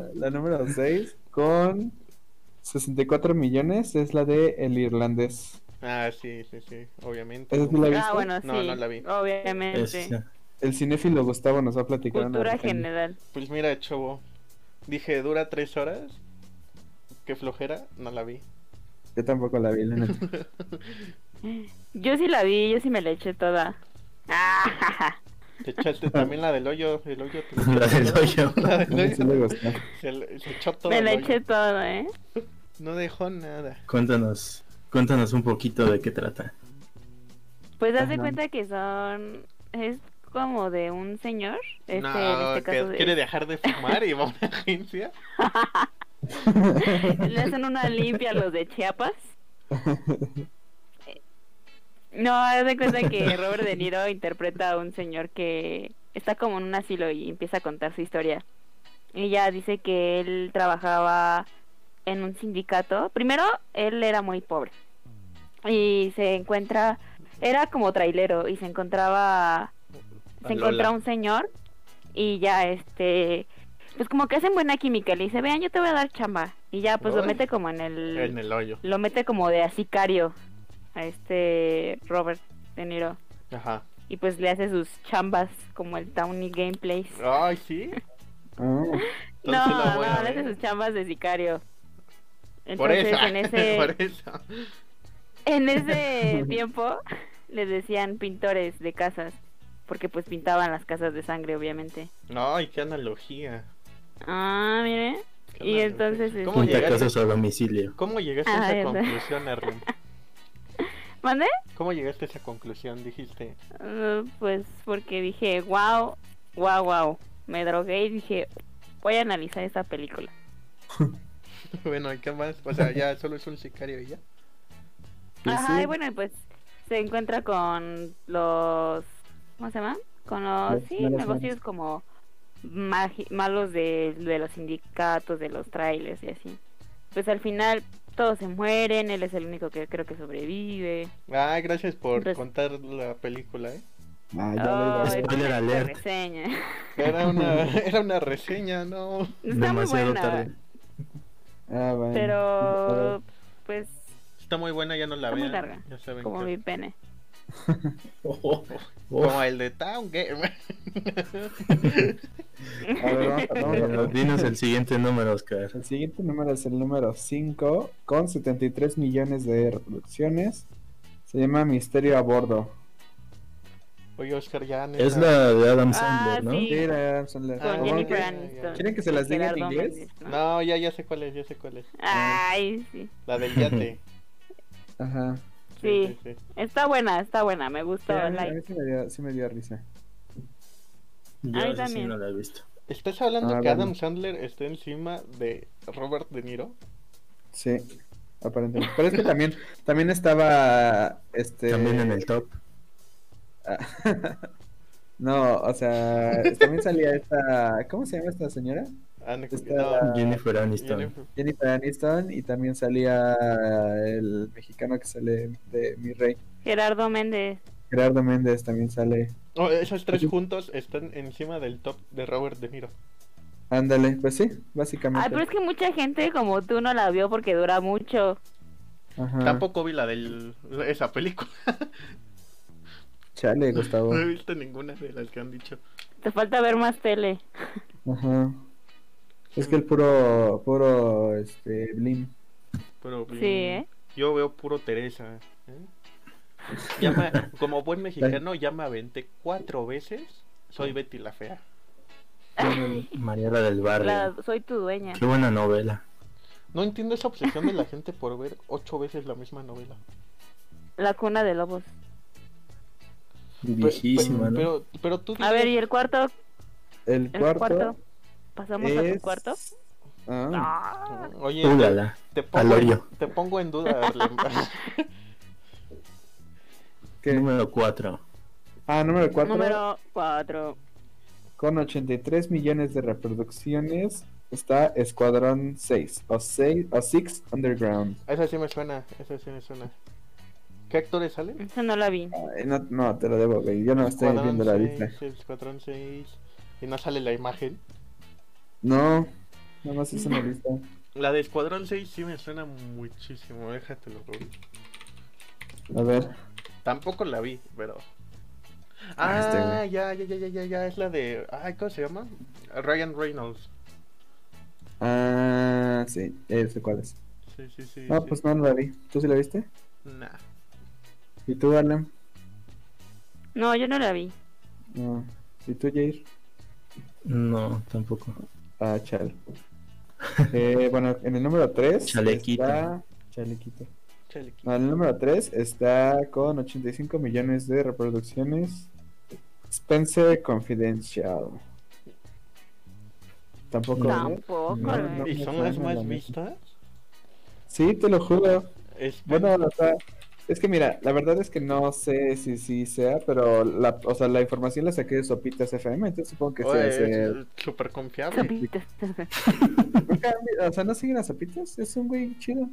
Speaker 1: la número 6 con 64 millones es la de El Irlandés.
Speaker 2: Ah, sí, sí, sí, obviamente.
Speaker 1: ¿Esa sí la viste?
Speaker 3: Ah, bueno, sí.
Speaker 2: No, no la vi.
Speaker 3: Obviamente.
Speaker 4: es-
Speaker 1: El cinéfilo Gustavo nos va a platicar. una
Speaker 3: Cultura
Speaker 1: reseña.
Speaker 3: general.
Speaker 2: Pues mira, chavo. Dije, dura 3 horas. Qué flojera, no la vi.
Speaker 1: Yo tampoco la vi, la neta.
Speaker 3: Yo sí la vi, yo sí me la eché toda. Ah,
Speaker 2: Te echaste también la del hoyo. El hoyo te
Speaker 4: la del hoyo.
Speaker 2: La del
Speaker 1: No,
Speaker 2: hoyo.
Speaker 1: sí le gustó.
Speaker 2: Se, se echó todo.
Speaker 3: me
Speaker 2: el
Speaker 3: la
Speaker 2: hoyo.
Speaker 3: eché toda, ¿eh?
Speaker 2: No dejó nada.
Speaker 4: Cuéntanos, cuéntanos un poquito de qué trata.
Speaker 3: Pues haz de
Speaker 1: Ajá.
Speaker 3: cuenta que son. Es como de un señor. Este, en
Speaker 2: no,
Speaker 3: este
Speaker 2: que
Speaker 3: caso. de-
Speaker 2: quiere dejar de fumar y va a una agencia.
Speaker 3: Le hacen una limpia a los de Chiapas. No, haz de cuenta que Robert De Niro interpreta a un señor que está como en un asilo y empieza a contar su historia. Y ya dice que él trabajaba en un sindicato. Primero, él era muy pobre. Y se encuentra, era como trailero y se encontraba,
Speaker 2: A
Speaker 3: se encontraba
Speaker 2: Lola.
Speaker 3: un señor y ya este, pues como que hacen buena química. Le dice, vean, yo te voy a dar chamba. Y ya, pues lo
Speaker 2: Ay.
Speaker 3: mete como en el
Speaker 2: En el hoyo.
Speaker 3: lo mete como de a sicario a este Robert De Niro.
Speaker 2: Ajá.
Speaker 3: Y pues le hace sus chambas como el Towny Gameplays.
Speaker 2: Ay, sí.
Speaker 1: Ah,
Speaker 3: No,
Speaker 2: entonces la voy a
Speaker 3: no, le hace
Speaker 2: ver.
Speaker 3: sus chambas de sicario.
Speaker 2: Por
Speaker 3: Entonces
Speaker 2: eso.
Speaker 3: en ese,
Speaker 2: Por eso.
Speaker 3: En ese tiempo les decían pintores de casas, porque pues pintaban las casas de sangre, obviamente.
Speaker 2: No, y qué analogía.
Speaker 3: Ah, mire.
Speaker 2: qué
Speaker 3: Y
Speaker 2: analogía.
Speaker 3: entonces, este,
Speaker 2: ¿Cómo
Speaker 4: Pinta
Speaker 2: llegaste?
Speaker 4: casas a domicilio.
Speaker 2: ¿Cómo llegaste a
Speaker 3: Ah,
Speaker 2: esa
Speaker 3: eso.
Speaker 2: conclusión, Erwin?
Speaker 3: ¿mande?
Speaker 2: ¿Cómo llegaste a esa conclusión? Dijiste,
Speaker 3: Ah, pues porque dije, wow, wow, wow. Me drogué y dije, voy a analizar esta película.
Speaker 2: bueno, ¿y qué más? O sea, ya solo es un sicario y ya.
Speaker 4: Pues
Speaker 3: Ajá,
Speaker 4: sí.
Speaker 3: y bueno, y pues se encuentra con los. ¿Cómo se llama? Con los,
Speaker 4: Los
Speaker 3: sí,
Speaker 4: malos
Speaker 3: negocios
Speaker 4: malos.
Speaker 3: como magi- malos de, de los sindicatos, de los trailers y así. Pues al final todos se mueren, él es el único que creo que sobrevive.
Speaker 2: Ah, gracias por
Speaker 3: Entonces-
Speaker 2: contar la película, ¿eh?
Speaker 1: Ah, ya lo iba a
Speaker 3: Ay,
Speaker 1: hacer.
Speaker 4: Spoiler
Speaker 3: una
Speaker 4: alert.
Speaker 3: reseña.
Speaker 2: Era una, era una reseña, ¿no?
Speaker 3: Está
Speaker 4: Demasiado
Speaker 3: muy buena,
Speaker 4: tarde.
Speaker 1: Ah, bueno.
Speaker 3: pero pues
Speaker 2: Está muy buena, ya no la
Speaker 3: Está muy
Speaker 2: vean,
Speaker 3: larga,
Speaker 2: Ya saben
Speaker 3: como
Speaker 2: que-
Speaker 3: mi pene. Oh,
Speaker 4: Ojo,
Speaker 2: Como
Speaker 4: ojo.
Speaker 2: el de Town Game.
Speaker 1: A ver, vamos, vamos a
Speaker 4: Bueno, dinos el siguiente número, Oscar.
Speaker 1: El siguiente número es el número 5, con 73 millones de reproducciones. Se llama Misterio a Bordo.
Speaker 2: Oye, Oscar, ya. neta.
Speaker 4: Es la de Adam
Speaker 3: Ah,
Speaker 4: Sandler, ¿no?
Speaker 3: sí.
Speaker 1: Sí, era Adam Sandler.
Speaker 2: Ah,
Speaker 3: Con
Speaker 1: ¿Cómo
Speaker 3: Jennifer
Speaker 1: que-
Speaker 3: Aniston.
Speaker 1: ¿Quieren que se las diga en
Speaker 3: Gerardo
Speaker 1: inglés?
Speaker 3: Méndez, ¿no?
Speaker 2: No, ya, ya sé cuál es, ya sé cuál es.
Speaker 3: Ay, sí.
Speaker 2: La del yate.
Speaker 1: Ajá.
Speaker 3: Sí. Está buena, está buena, me
Speaker 1: Sí,
Speaker 3: gustó.
Speaker 1: a mí, a
Speaker 3: like.
Speaker 1: mí sí, me dio, sí me dio risa.
Speaker 4: Yo
Speaker 3: A mí
Speaker 4: esa sí
Speaker 3: también.
Speaker 4: no la he visto.
Speaker 2: ¿Estás hablando
Speaker 1: Ah,
Speaker 2: que
Speaker 1: bueno.
Speaker 2: Adam Sandler está encima de Robert De Niro?
Speaker 1: Sí, aparentemente. Pero es que también, también estaba. Este...
Speaker 4: También en el top.
Speaker 1: no, o sea, también salía esta. ¿Cómo se llama esta señora?
Speaker 2: Ana-
Speaker 1: Está-
Speaker 2: Ah, no,
Speaker 4: Jennifer Aniston.
Speaker 2: Jennifer.
Speaker 1: Jennifer Aniston y también salía el mexicano que sale de Mi Rey.
Speaker 3: Gerardo Méndez.
Speaker 1: Gerardo Méndez también sale.
Speaker 2: No, esos tres juntos están encima del top de Robert De Niro.
Speaker 1: Ándale, pues sí, básicamente.
Speaker 3: Ay, pero es que mucha gente como tú no la vio porque dura mucho.
Speaker 1: Ajá.
Speaker 2: Tampoco vi la de esa película.
Speaker 1: Chale, Gustavo.
Speaker 2: No he visto ninguna de las que han dicho.
Speaker 3: Te falta ver más tele.
Speaker 1: Ajá. Es que el puro, puro, este, Blim.
Speaker 2: Pero
Speaker 3: Sí,
Speaker 2: bien,
Speaker 3: ¿eh?
Speaker 2: Yo veo puro Teresa. ¿eh? Ya me- como buen mexicano, ya me aventé cuatro veces.
Speaker 1: Ah.
Speaker 2: Soy Betty la Fea.
Speaker 4: Mariela del
Speaker 3: La-
Speaker 4: Barrio.
Speaker 3: soy tu dueña.
Speaker 4: Qué buena novela.
Speaker 2: No entiendo esa obsesión de la gente por ver ocho veces la misma novela.
Speaker 3: La cuna de lobos.
Speaker 2: Pe-
Speaker 4: Viejísima,
Speaker 2: pe- Pues,
Speaker 4: ¿no?
Speaker 2: pero, pero tú
Speaker 3: A ver, ¿y el cuarto?
Speaker 1: El
Speaker 3: ¿El cuarto?
Speaker 1: cuarto
Speaker 3: ¿Pasamos a tu cuarto?
Speaker 1: Ah,
Speaker 3: Ah,
Speaker 2: Oye, te,
Speaker 4: Úlala.
Speaker 2: te pongo,
Speaker 4: al hoyo.
Speaker 2: en, te pongo en duda. Arlen.
Speaker 1: ¿qué?
Speaker 4: Número 4.
Speaker 1: Ah, número 4.
Speaker 3: número cuatro.
Speaker 1: Con 83 millones de reproducciones está Escuadrón 6 o 6 o 6 Underground.
Speaker 2: esa sí me suena, esa sí me suena. ¿Qué actores salen?
Speaker 3: Eso no la vi.
Speaker 1: Ay, no, no, te lo debo, güey. Yo no estoy
Speaker 2: Escuadrón
Speaker 1: viendo la
Speaker 2: seis,
Speaker 1: lista.
Speaker 2: el Escuadrón 6. Y no sale la imagen.
Speaker 1: No, nada más es una lista.
Speaker 2: La de Escuadrón 6 sí me suena muchísimo, déjatelo. güey.
Speaker 1: A ver.
Speaker 2: Tampoco la vi, pero.
Speaker 1: Ah, este,
Speaker 2: Ah,
Speaker 1: güey.
Speaker 2: ya, ya, ya, ya, ya, ya, es la de. Ay, ¿cómo se llama? Ryan Reynolds.
Speaker 1: Ah, sí, eh, sé cuál es.
Speaker 2: Sí, sí, sí.
Speaker 1: No,
Speaker 2: sí.
Speaker 1: pues no la vi. ¿Tú sí la viste?
Speaker 2: Nah.
Speaker 1: ¿Y tú, Alan?
Speaker 3: No, yo no la vi.
Speaker 1: No. ¿Y Mm, tú, Jair?
Speaker 4: No, tampoco.
Speaker 1: Ah, chal. Eh, bueno, en el número 3
Speaker 4: Chalequito.
Speaker 1: está... Chalequito.
Speaker 2: Chale.
Speaker 1: No, en el número 3 está con 85 millones de reproducciones. Spencer Confidential. Tampoco.
Speaker 4: No.
Speaker 1: ¿verdad?
Speaker 3: Tampoco.
Speaker 4: No,
Speaker 3: ¿eh?
Speaker 1: no.
Speaker 2: ¿Y
Speaker 1: me
Speaker 2: son
Speaker 1: suena,
Speaker 2: las
Speaker 1: la
Speaker 2: más
Speaker 1: neta.
Speaker 2: vistas?
Speaker 1: Sí, te lo juro.
Speaker 2: Es-
Speaker 1: Bueno, o sea, es que mira, la verdad es que no sé si sí sea, pero la, o sea, la información la saqué de Sopitas FM, entonces supongo que sí.
Speaker 2: Oye,
Speaker 1: hace-
Speaker 2: es súper confiable.
Speaker 3: Sopitas.
Speaker 1: Nunca han vi- O sea, ¿no siguen a Sopitas? Es un güey chido.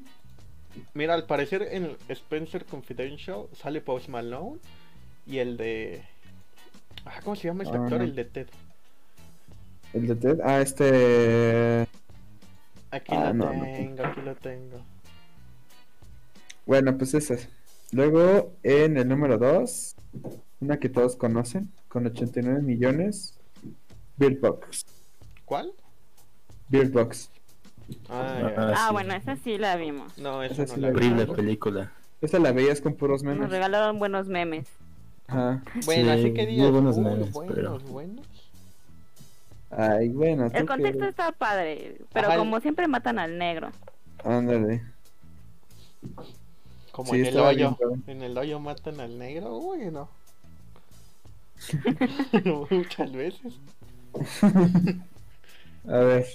Speaker 2: Mira, al parecer en Spencer Confidential sale Post Malone y el de. Ah, ¿Cómo se llama este
Speaker 1: Ah.
Speaker 2: actor? El de Ted.
Speaker 1: El de Ted. Ah, este.
Speaker 2: Aquí
Speaker 1: Ah,
Speaker 2: lo
Speaker 1: no, no.
Speaker 2: tengo, aquí lo tengo.
Speaker 1: Bueno, pues ese. Luego, en el número 2, una que todos conocen, con 89 millones. Billbox.
Speaker 2: ¿Cuál?
Speaker 1: Billbox.
Speaker 2: Ah,
Speaker 4: Ah,
Speaker 2: ya.
Speaker 3: Ah,
Speaker 4: sí.
Speaker 3: bueno, esa sí la vimos.
Speaker 2: No, esa
Speaker 1: Esa
Speaker 2: no
Speaker 1: Ah, sí
Speaker 2: la
Speaker 1: la
Speaker 2: vi.
Speaker 4: Horrible película.
Speaker 1: Esa la veías con puros
Speaker 3: Nos
Speaker 1: memes.
Speaker 3: regalaron buenos memes.
Speaker 1: Ajá.
Speaker 2: Bueno,
Speaker 4: Sí,
Speaker 2: así que
Speaker 4: muy
Speaker 2: digas,
Speaker 4: buenos
Speaker 2: "Uy,
Speaker 4: memes,
Speaker 2: buenos,
Speaker 4: pero-
Speaker 2: buenos".
Speaker 1: Ay, bueno.
Speaker 3: El
Speaker 1: tú que-
Speaker 3: contexto está padre, pero
Speaker 2: Ajá, el-
Speaker 3: como siempre matan al negro.
Speaker 1: Ándale.
Speaker 2: Como
Speaker 1: Sí,
Speaker 2: en el
Speaker 1: estaba bien,
Speaker 2: hoyo.
Speaker 1: cabrón.
Speaker 2: En el hoyo matan al negro, uy, no. Muchas veces.
Speaker 1: A ver.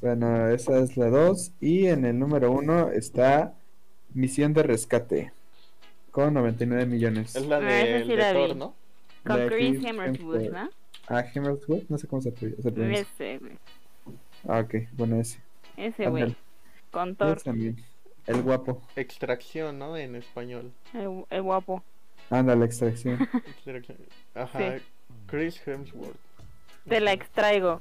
Speaker 1: Bueno, esa es la 2. Y en el número 1 está Misión de Rescate. Con 99 millones.
Speaker 2: Es la
Speaker 3: Ah,
Speaker 2: de,
Speaker 3: esa sí
Speaker 2: de
Speaker 3: la vi.
Speaker 2: Thor, ¿no?
Speaker 3: Con
Speaker 1: La
Speaker 3: Chris
Speaker 1: Chris
Speaker 3: Hemsworth,
Speaker 1: Hemsworth.
Speaker 3: ¿no?
Speaker 1: Ah, Hemsworth, no sé cómo se pronuncia. se pronuncia.
Speaker 3: Ese, güey.
Speaker 1: Ah, ok, bueno, ese.
Speaker 3: Ese, güey.
Speaker 1: Ándale.
Speaker 3: Con
Speaker 1: Yo
Speaker 3: Thor,
Speaker 1: también. El guapo.
Speaker 2: Extracción, ¿no? En español.
Speaker 3: el, el guapo.
Speaker 1: Anda, la extracción.
Speaker 2: Extracción. Ajá.
Speaker 3: Sí.
Speaker 2: Chris Hemsworth.
Speaker 3: Te la extraigo.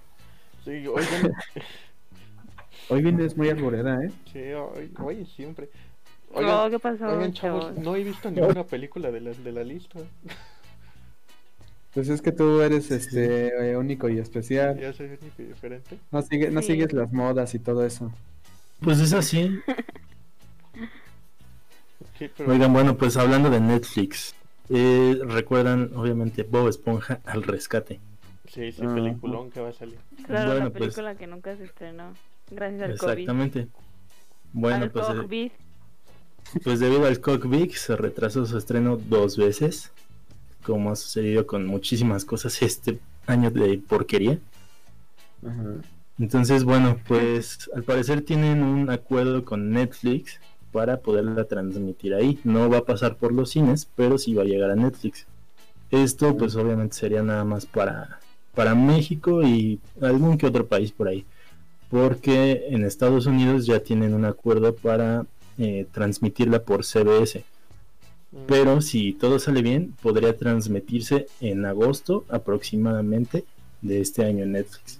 Speaker 2: Sí, oigan,
Speaker 1: Hoy vienes muy alborera, ¿eh?
Speaker 2: sí, hoy, hoy siempre.
Speaker 3: No,
Speaker 2: Oigan,
Speaker 3: Oh, ¿qué pasó,
Speaker 2: oigan, chavos,
Speaker 3: chavos?
Speaker 2: no he visto ninguna película de la, de la lista.
Speaker 1: Pues es que tú eres este eh, único y especial.
Speaker 2: Ya soy único y diferente.
Speaker 1: No, sigue, no
Speaker 3: Sí.
Speaker 1: sigues las modas y todo eso.
Speaker 4: Pues es así.
Speaker 2: Sí, pero
Speaker 4: Oigan, bueno, pues hablando de Netflix, eh, recuerdan obviamente Bob Esponja al rescate.
Speaker 2: sí, sí,
Speaker 1: Ah.
Speaker 2: peliculón que va a salir.
Speaker 3: Claro, la
Speaker 4: bueno, pues-
Speaker 3: película que nunca se estrenó. Gracias al COVID.
Speaker 4: Exactamente. Bueno,
Speaker 3: al
Speaker 4: pues, eh,
Speaker 3: COVID.
Speaker 4: pues debido al COVID se retrasó su estreno dos veces, como ha sucedido con muchísimas cosas este año de porquería.
Speaker 1: Ajá.
Speaker 4: Entonces, bueno, pues al parecer tienen un acuerdo con Netflix para poderla transmitir ahí. No va a pasar por los cines, pero sí va a llegar a Netflix. Esto pues obviamente sería nada más para, para México y algún que otro país por ahí. Porque en Estados Unidos ya tienen un acuerdo para eh, transmitirla por CBS.
Speaker 2: Mm.
Speaker 4: Pero si todo sale bien, podría transmitirse en agosto aproximadamente de este año en Netflix.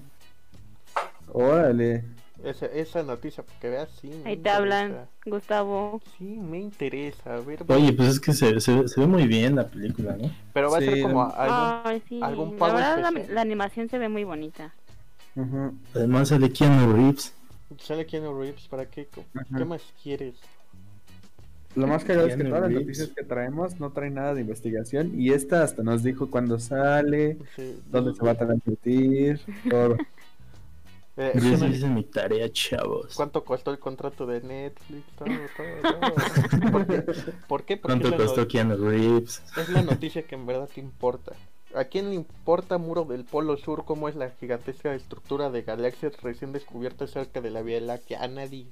Speaker 1: Órale.
Speaker 2: Esa, esa noticia, porque veas, sí. me
Speaker 3: Ahí te hablan,
Speaker 2: interesa.
Speaker 3: Gustavo.
Speaker 2: Sí, me interesa. A ver,
Speaker 4: Oye, pues es que se, se- se ve muy bien la película, ¿no?
Speaker 2: pero va a ser
Speaker 1: sí,
Speaker 2: como
Speaker 1: um,
Speaker 2: algún-
Speaker 3: Ay, sí.
Speaker 2: algún
Speaker 3: la
Speaker 2: pago
Speaker 3: verdad, la,
Speaker 2: especial.
Speaker 3: la animación se ve muy bonita.
Speaker 1: Ajá.
Speaker 4: Además sale Keanu Reeves.
Speaker 2: Sale Keanu Reeves, ¿para qué? Co-
Speaker 1: Ajá.
Speaker 2: ¿Qué más quieres?
Speaker 1: Lo más cagado es que
Speaker 4: Keanu
Speaker 1: todas las
Speaker 4: Reeves.
Speaker 1: noticias que traemos no traen nada de investigación. Y esta hasta nos dijo cuándo sale,
Speaker 2: Sí,
Speaker 1: dónde
Speaker 2: sí.
Speaker 1: se va a transmitir, todo.
Speaker 2: Eh,
Speaker 4: Yo
Speaker 2: sí,
Speaker 4: Pues sí
Speaker 2: me-
Speaker 4: hice mi tarea, chavos.
Speaker 2: ¿Cuánto costó el contrato de Netflix? Todo, todo, todo. ¿Por qué? ¿Por qué? Porque es
Speaker 4: ¿Cuánto
Speaker 2: la
Speaker 4: costó
Speaker 2: no-
Speaker 4: Keanu Reeves?
Speaker 2: Es la noticia que en verdad te importa. ¿A quién le importa Muro del Polo Sur cómo es la gigantesca estructura de galaxias recién descubiertas cerca de la Vía Láctea? A nadie.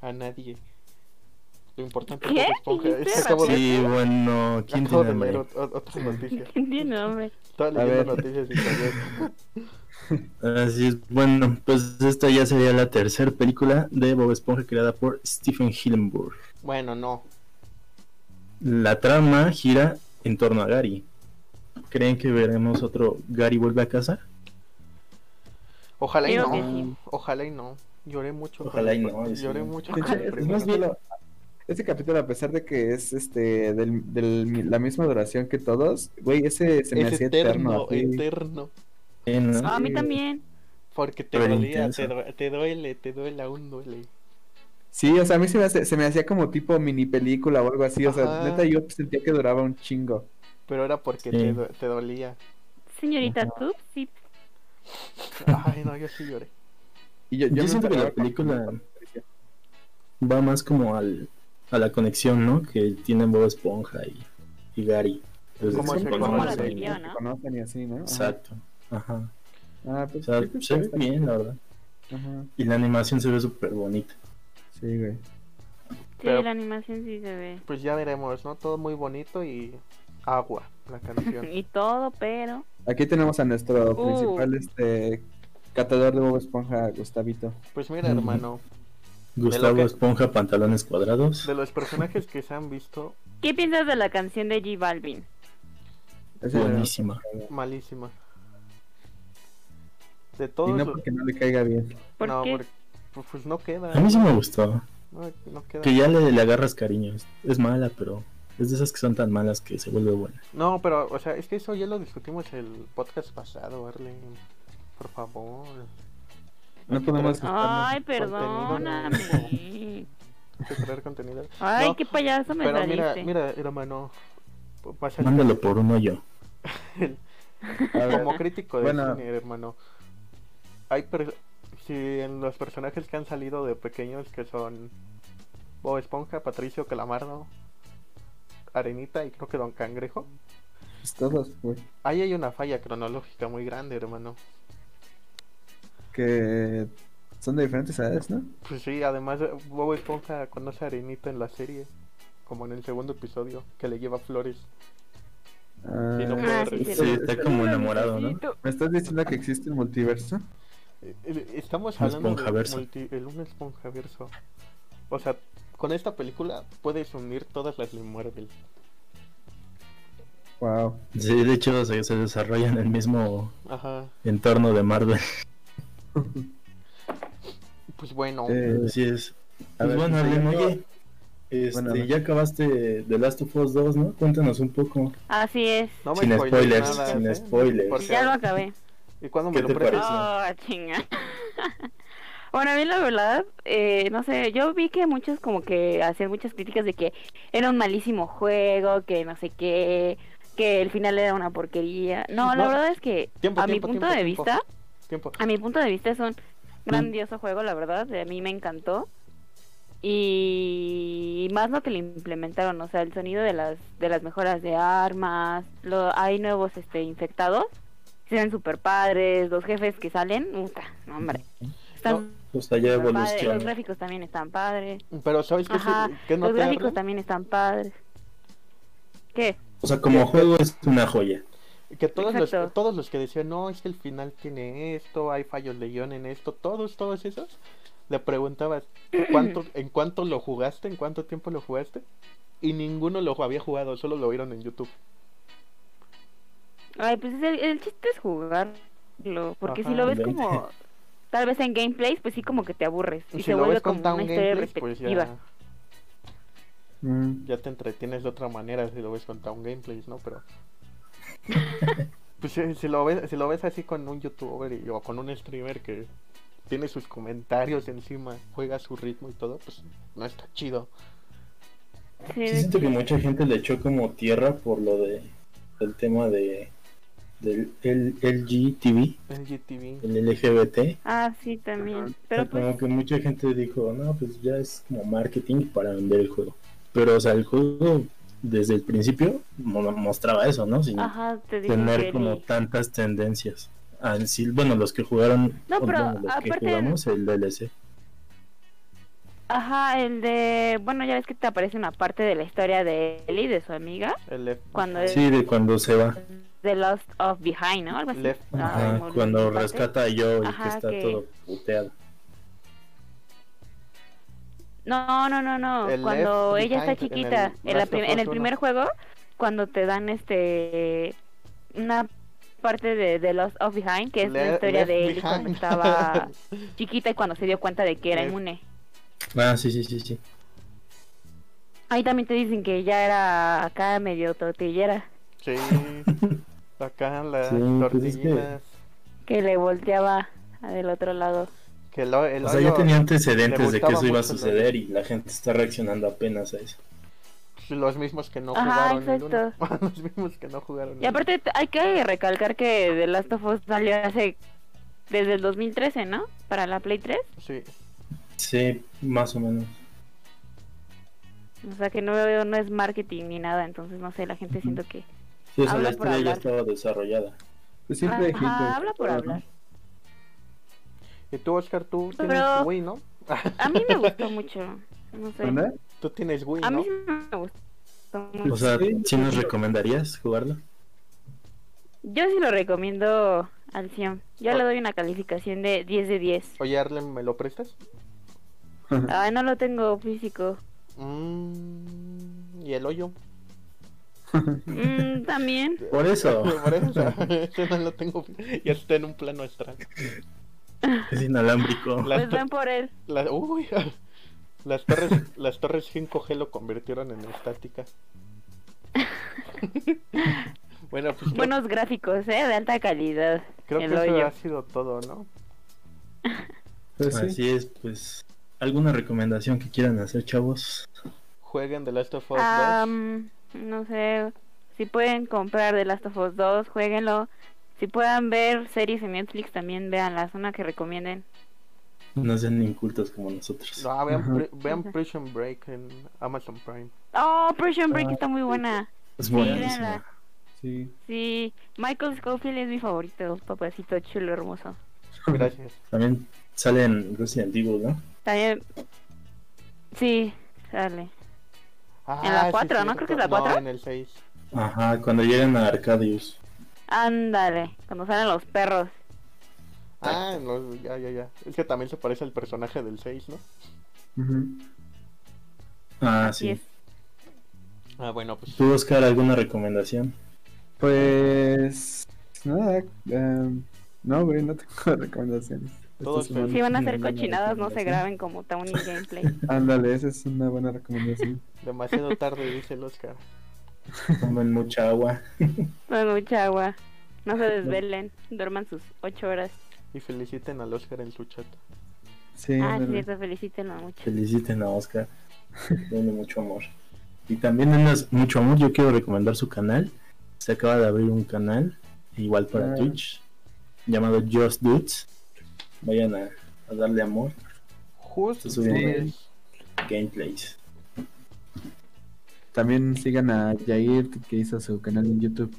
Speaker 2: A nadie. Lo importante es
Speaker 3: ¿Qué?
Speaker 2: Bob Esponja.
Speaker 3: ¿Dijiste,
Speaker 2: Es que acabo de,
Speaker 4: Sí, bueno, ¿quién
Speaker 2: acabo
Speaker 4: tiene
Speaker 2: de leer
Speaker 4: hambre?
Speaker 2: ot- ot- otra noticia.
Speaker 3: ¿Quién tiene hombre?
Speaker 2: Estaba
Speaker 1: A
Speaker 2: leyendo
Speaker 1: ver.
Speaker 2: noticias italianas.
Speaker 4: Así es, bueno, pues esta ya sería la tercera película de Bob Esponja creada por Stephen Hillenburg.
Speaker 2: Bueno, no.
Speaker 4: La trama gira en torno a Gary. ¿Creen que veremos otro Gary vuelve a casa?
Speaker 2: Ojalá y
Speaker 3: Creo
Speaker 2: no.
Speaker 3: que sí.
Speaker 2: Ojalá y no. Lloré mucho. con
Speaker 4: Ojalá
Speaker 2: el
Speaker 4: y
Speaker 2: pr-
Speaker 4: no, sí.
Speaker 2: Lloré mucho.
Speaker 1: De
Speaker 2: con
Speaker 1: hecho,
Speaker 2: el
Speaker 1: es
Speaker 2: primero.
Speaker 1: más bien lo- Este capítulo, a pesar de que es este del, del- la misma duración que todos, güey, ese se me
Speaker 2: es
Speaker 1: hacía
Speaker 2: eterno,
Speaker 1: eterno.
Speaker 2: eterno.
Speaker 1: así.
Speaker 4: Eh, ¿no?
Speaker 3: Ah, a mí
Speaker 1: Sí.
Speaker 3: también.
Speaker 2: Porque te
Speaker 4: Pero
Speaker 2: dolía,
Speaker 4: intenso.
Speaker 2: te, due- te duele, te duele, aún duele.
Speaker 1: Sí, o sea, a mí se me, hace- se me hacía como tipo mini película o algo así. O sea,
Speaker 2: Ajá.
Speaker 1: neta, yo sentía que duraba un chingo.
Speaker 2: Pero era porque
Speaker 4: Sí.
Speaker 2: te, do- te dolía.
Speaker 3: Señorita Tup, sí.
Speaker 2: Ay, no, yo sí lloré.
Speaker 1: Y yo,
Speaker 4: Yo
Speaker 1: me
Speaker 4: siento que la
Speaker 1: tardaba como-
Speaker 4: película va más como al, a la conexión, ¿no? Que tienen Bob Esponja y, y Gary. Entonces,
Speaker 2: ¿Cómo
Speaker 4: es
Speaker 2: se
Speaker 4: como
Speaker 2: conoce?
Speaker 4: más
Speaker 2: ¿Cómo la
Speaker 4: ahí, ¿no?
Speaker 3: vivió,
Speaker 1: que conocen y así, ¿no? Ajá.
Speaker 4: Exacto. Ajá.
Speaker 1: Ah,
Speaker 4: O
Speaker 1: pues,
Speaker 4: sea,
Speaker 1: sí, pues,
Speaker 4: se ve
Speaker 1: está-
Speaker 4: bien, la verdad.
Speaker 1: Ajá.
Speaker 4: Y la animación se ve súper bonita.
Speaker 1: Sí, güey.
Speaker 3: Sí,
Speaker 2: Pero-
Speaker 3: la animación sí se ve.
Speaker 2: Pues ya veremos, ¿no? Todo muy bonito y agua, la canción.
Speaker 3: Y todo, pero.
Speaker 1: Aquí tenemos a nuestro
Speaker 3: Uh.
Speaker 1: principal este catador de Bob Esponja, Gustavito.
Speaker 2: Pues mira, hermano,
Speaker 4: Gustavo
Speaker 2: que-
Speaker 4: Esponja, pantalones cuadrados.
Speaker 2: de los personajes que se han visto,
Speaker 3: ¿Qué piensas de la canción de G Balvin?
Speaker 1: Ese era-
Speaker 4: Buenísima.
Speaker 2: malísima. De
Speaker 1: Y
Speaker 2: todos
Speaker 1: no
Speaker 2: los-
Speaker 1: porque no le caiga bien.
Speaker 3: ¿Por
Speaker 2: no,
Speaker 3: qué?
Speaker 2: porque- pues, pues no queda.
Speaker 4: A mí sí me gustó.
Speaker 2: No, no queda.
Speaker 4: Que ya le, le agarras cariño. Es- Es mala, pero es de esas que son tan malas que se vuelve buena.
Speaker 2: No, pero, o sea, es que eso ya lo discutimos el podcast pasado, Arlen. Por favor.
Speaker 1: No podemos.
Speaker 2: Pero-
Speaker 1: aceptarlo.
Speaker 3: Ay, perdóname.
Speaker 2: de crear contenido.
Speaker 3: Ay,
Speaker 2: No,
Speaker 3: qué payaso me
Speaker 2: Pero mira,
Speaker 3: saliste.
Speaker 2: mira, hermano. p- va a ser
Speaker 4: Mándalo por uno yo.
Speaker 1: A ver,
Speaker 2: como crítico de
Speaker 1: Bueno.
Speaker 2: cine, hermano. Hay per- si en los personajes que han salido de pequeños que son Bob Esponja, Patricio Calamardo, Arenita y creo que Don Cangrejo,
Speaker 1: pues todos, güey.
Speaker 2: ahí hay una falla cronológica muy grande, hermano.
Speaker 1: Que son de diferentes edades, ¿no?
Speaker 2: Pues sí, además eh, Bob Esponja conoce a Arenita en la serie, como en el segundo episodio, que le lleva flores.
Speaker 1: Ah,
Speaker 2: no
Speaker 3: Ah, sí,
Speaker 4: Sí,
Speaker 3: sí, lo-
Speaker 4: está como enamorado, ¿no?
Speaker 3: Necesito.
Speaker 1: ¿Me estás diciendo que existe el multiverso?
Speaker 2: Eh, eh, Estamos
Speaker 4: Un
Speaker 2: hablando de
Speaker 4: esponjaverso.
Speaker 2: multi- el un esponjaverso. O sea, con esta película puedes unir todas las de Marvel.
Speaker 1: Wow.
Speaker 4: Sí, de hecho se, se desarrolla en el mismo
Speaker 2: Ajá.
Speaker 4: entorno de Marvel.
Speaker 2: Pues bueno,
Speaker 1: Eh,
Speaker 4: Así es.
Speaker 1: A
Speaker 4: Pues
Speaker 1: ver,
Speaker 4: bueno,
Speaker 1: sí,
Speaker 4: Arlen,
Speaker 1: yo-
Speaker 4: oye, este,
Speaker 1: Bueno, a ver.
Speaker 4: ya acabaste The Last of Us 2, ¿no? Cuéntanos un poco.
Speaker 3: Así es.
Speaker 2: no me
Speaker 4: sin
Speaker 2: spoilees
Speaker 4: spoilers,
Speaker 2: nada,
Speaker 4: sin
Speaker 2: ¿eh?
Speaker 4: spoilers.
Speaker 2: Porque-
Speaker 3: Ya lo acabé.
Speaker 2: ¿Y cuándo me
Speaker 4: ¿Qué
Speaker 2: lo Ah,
Speaker 4: te
Speaker 2: prestas?
Speaker 4: parece?
Speaker 3: Oh, chinga. bueno, a mí la verdad, eh, no sé, yo vi que muchos como que hacían muchas críticas de que era un malísimo juego, que no sé qué, que el final era una porquería. No, la
Speaker 2: No.
Speaker 3: verdad es que
Speaker 2: Tiempo,
Speaker 3: a mi
Speaker 2: tiempo,
Speaker 3: punto
Speaker 2: tiempo,
Speaker 3: de
Speaker 2: tiempo.
Speaker 3: vista,
Speaker 2: Tiempo.
Speaker 3: a mi punto de vista es un grandioso juego, la verdad, a mí me encantó. Y más lo que le implementaron, o sea, el sonido de las de las mejoras de armas, lo, hay nuevos este infectados, se ven super padres, los jefes que salen, puta, no, hombre. Están
Speaker 4: O sea, ya
Speaker 3: súper padres, Ah, los
Speaker 4: evoluciona.
Speaker 3: gráficos también están padres.
Speaker 2: Pero ¿sabes qué, es-
Speaker 3: Ajá,
Speaker 2: qué
Speaker 3: los
Speaker 2: noté,
Speaker 3: gráficos
Speaker 2: Arlen?
Speaker 3: también están padres. ¿Qué?
Speaker 4: O sea, como juego es una joya.
Speaker 2: Que todos los,
Speaker 3: Exacto.
Speaker 2: todos los que decían, no, es que el final tiene esto, hay fallos de guión en esto, todos, todos esos, le preguntabas, ¿cuánto, ¿en cuánto lo jugaste? ¿En cuánto tiempo lo jugaste? Y ninguno lo había jugado, solo lo vieron en YouTube.
Speaker 3: Ay, pues es el, el chiste es jugarlo, porque si
Speaker 2: Ajá,
Speaker 3: lo ves
Speaker 4: veinte.
Speaker 3: como tal vez en gameplays, pues sí como que te aburres y
Speaker 2: Y
Speaker 3: se
Speaker 2: si lo
Speaker 3: vuelve
Speaker 2: ves
Speaker 3: como
Speaker 2: con
Speaker 3: una
Speaker 2: Town
Speaker 3: historia
Speaker 2: Gameplays, pues
Speaker 3: repetitiva.
Speaker 2: ya,
Speaker 1: mm,
Speaker 2: ya te entretienes de otra manera si lo ves con Town Gameplays, ¿no? Pero. pues si, si lo ves, si lo ves así con un youtuber y- o con un streamer que tiene sus comentarios encima, juega a su ritmo y todo, pues no está chido.
Speaker 3: Sí,
Speaker 4: Sí,
Speaker 3: de-
Speaker 4: siento que mucha gente le echó como tierra por lo de el tema de del el, LGTB,
Speaker 2: En GTV.
Speaker 4: el LGBT.
Speaker 3: Ah, sí, también. Pero
Speaker 4: O sea, como
Speaker 3: pues,
Speaker 4: que mucha gente dijo, no, pues ya es como marketing para vender el juego. Pero, o sea, el juego desde el principio mo- mostraba eso, ¿no? Sin
Speaker 3: ajá, te digo
Speaker 4: tener
Speaker 3: que
Speaker 4: como
Speaker 3: ni-
Speaker 4: tantas tendencias. Ah, sí, bueno, los que jugaron,
Speaker 3: No,
Speaker 4: o
Speaker 3: pero
Speaker 4: bueno, los que
Speaker 3: aparte- Eh,
Speaker 4: jugamos el DLC.
Speaker 3: Ajá, el de... Bueno, ya ves que te aparece una parte de la historia de él y de su amiga,
Speaker 2: El F-
Speaker 3: cuando es
Speaker 4: Sí, de cuando se va.
Speaker 3: The Lost of Behind, ¿no? Algo así. Ah,
Speaker 2: Left.
Speaker 3: No,
Speaker 4: Ajá,
Speaker 3: me olvidé
Speaker 4: cuando
Speaker 3: esa parte.
Speaker 4: rescata a Joe y
Speaker 3: Ajá,
Speaker 4: que está
Speaker 3: que-
Speaker 4: todo puteado.
Speaker 3: No, no, no, no.
Speaker 2: El
Speaker 3: cuando
Speaker 2: Left
Speaker 3: ella
Speaker 2: Behind
Speaker 3: está
Speaker 2: en el
Speaker 3: chiquita, en, la
Speaker 2: Last of
Speaker 3: prim- en
Speaker 2: Us
Speaker 3: el primer
Speaker 2: 1.
Speaker 3: juego, cuando te dan este una parte de The Lost of Behind, que es la
Speaker 2: Le-
Speaker 3: historia
Speaker 2: Left
Speaker 3: de él cuando
Speaker 2: Behind.
Speaker 3: estaba chiquita y cuando se dio cuenta de que era
Speaker 2: Left.
Speaker 3: inmune.
Speaker 4: Ah, sí, sí, sí, sí.
Speaker 3: Ahí también te dicen que ella era acá medio tortillera,
Speaker 2: Sí. Acá las
Speaker 4: Sí, pues es que-
Speaker 2: tortillinas.
Speaker 3: que le volteaba del otro lado.
Speaker 2: Que el, o- el
Speaker 4: O sea, ya
Speaker 2: hoyo-
Speaker 4: tenía antecedentes de que
Speaker 2: gustaba
Speaker 4: eso iba a
Speaker 2: mucho el
Speaker 4: suceder y la gente está reaccionando apenas a eso.
Speaker 2: los mismos que no
Speaker 3: Ajá,
Speaker 2: jugaron el uno. los mismos que no jugaron el
Speaker 3: Y aparte t- hay que recalcar que The Last of Us salió hace desde el 2013, ¿no? Para la Play 3.
Speaker 2: uno. Sí.
Speaker 4: Sí, más o menos.
Speaker 3: O sea que no, no es marketing ni nada, entonces no sé, la gente siento que...
Speaker 4: Sí, o sea,
Speaker 3: Habla
Speaker 4: la
Speaker 3: por
Speaker 4: historia ya
Speaker 3: hablar.
Speaker 4: estaba desarrollada.
Speaker 1: Pues siempre hay
Speaker 3: Ah, Ajá,
Speaker 1: gente-
Speaker 3: habla por hablar.
Speaker 2: Y tú, Oscar, tú
Speaker 3: Pues, Pero-
Speaker 2: tienes Wii, ¿no?
Speaker 3: A mí me gustó mucho, no sé.
Speaker 1: ¿Verdad?
Speaker 2: Tú tienes Wii,
Speaker 3: A
Speaker 2: ¿no?
Speaker 3: mí sí me gustó
Speaker 4: O
Speaker 3: mucho.
Speaker 4: sea,
Speaker 1: Sí.
Speaker 4: ¿sí nos recomendarías jugarlo?
Speaker 3: Yo sí lo recomiendo al 100. Yo le doy una calificación de 10 de 10.
Speaker 2: Oye, Arlen, ¿me lo prestas?
Speaker 3: Ay, no lo tengo físico.
Speaker 2: Mm, y el hoyo.
Speaker 3: Mm, también.
Speaker 4: Por eso.
Speaker 2: Por eso, ese no lo tengo. Ya está en un plano astral.
Speaker 4: Es inalámbrico.
Speaker 2: Las,
Speaker 3: Pues ven por él.
Speaker 2: to- la- uy, las torres las torres 5G lo convirtieron en estática. bueno, pues creo-
Speaker 3: Buenos gráficos, ¿eh? De alta calidad.
Speaker 2: Creo que
Speaker 3: el
Speaker 2: eso
Speaker 3: hoyo.
Speaker 2: ha sido todo, ¿no?
Speaker 1: Pues sí.
Speaker 4: Así es, pues. ¿Alguna recomendación que quieran hacer, chavos?
Speaker 2: Jueguen The Last of Us 2.
Speaker 3: Am, no sé, si pueden comprar The Last of Us 2, jueguenlo. Si puedan ver series en Netflix, también vean la zona que recomienden.
Speaker 4: No sean incultos como nosotros.
Speaker 2: No, vean, Pri- vean Prison Break en Amazon Prime.
Speaker 3: Oh, Prison Break
Speaker 4: Ah,
Speaker 3: está muy buena.
Speaker 4: Es
Speaker 3: Sí,
Speaker 4: buenísimo.
Speaker 3: véanla.
Speaker 1: Sí.
Speaker 3: Sí, Michael Scofield es mi favorito, papacito chulo hermoso.
Speaker 2: Gracias.
Speaker 4: También sale en Resident Evil, ¿no?
Speaker 3: También. Sí, sale.
Speaker 2: Ah,
Speaker 3: En la
Speaker 2: sí,
Speaker 3: cuatro, ¿no?
Speaker 2: cierto.
Speaker 3: Creo que es la cuatro.
Speaker 2: No, en el 6.
Speaker 4: Ajá, cuando llegan a Arcadius.
Speaker 3: Ándale, cuando salen los perros.
Speaker 2: Ah, no, ya, ya, ya. Es que también se parece al personaje del 6, ¿no?
Speaker 1: Ujú.
Speaker 4: Ah,
Speaker 3: Así
Speaker 4: sí.
Speaker 3: es.
Speaker 2: Ah, bueno, pues.
Speaker 4: ¿Tú, Oscar, alguna recomendación?
Speaker 1: Pues nada, em, no, güey, no tengo recomendaciones.
Speaker 2: Todo
Speaker 1: Esta semana
Speaker 3: Si van a
Speaker 1: es una
Speaker 3: hacer
Speaker 1: buena
Speaker 3: cochinadas, no se
Speaker 1: recomendación.
Speaker 3: graben como Tony Gameplay.
Speaker 1: Ándale, esa es una buena recomendación.
Speaker 2: Demasiado tarde, dice el Oscar.
Speaker 4: Tomen mucha agua.
Speaker 3: Tomen mucha agua. No se desvelen. Duerman sus ocho horas.
Speaker 2: Y feliciten al Oscar en su chat.
Speaker 1: Sí,
Speaker 3: Ah,
Speaker 1: ándale.
Speaker 3: cierto, felicítenlo mucho.
Speaker 4: Feliciten a Oscar. Denle mucho amor. Y también denles mucho amor. Yo quiero recomendar su canal. Se acaba de abrir un canal, igual para
Speaker 1: Ah.
Speaker 4: Twitch, llamado Just Dudes. Vayan a, a darle amor.
Speaker 2: Justo.
Speaker 4: Sí.
Speaker 2: entonces,
Speaker 4: Gameplays.
Speaker 1: También sigan a Jair que hizo su canal en YouTube.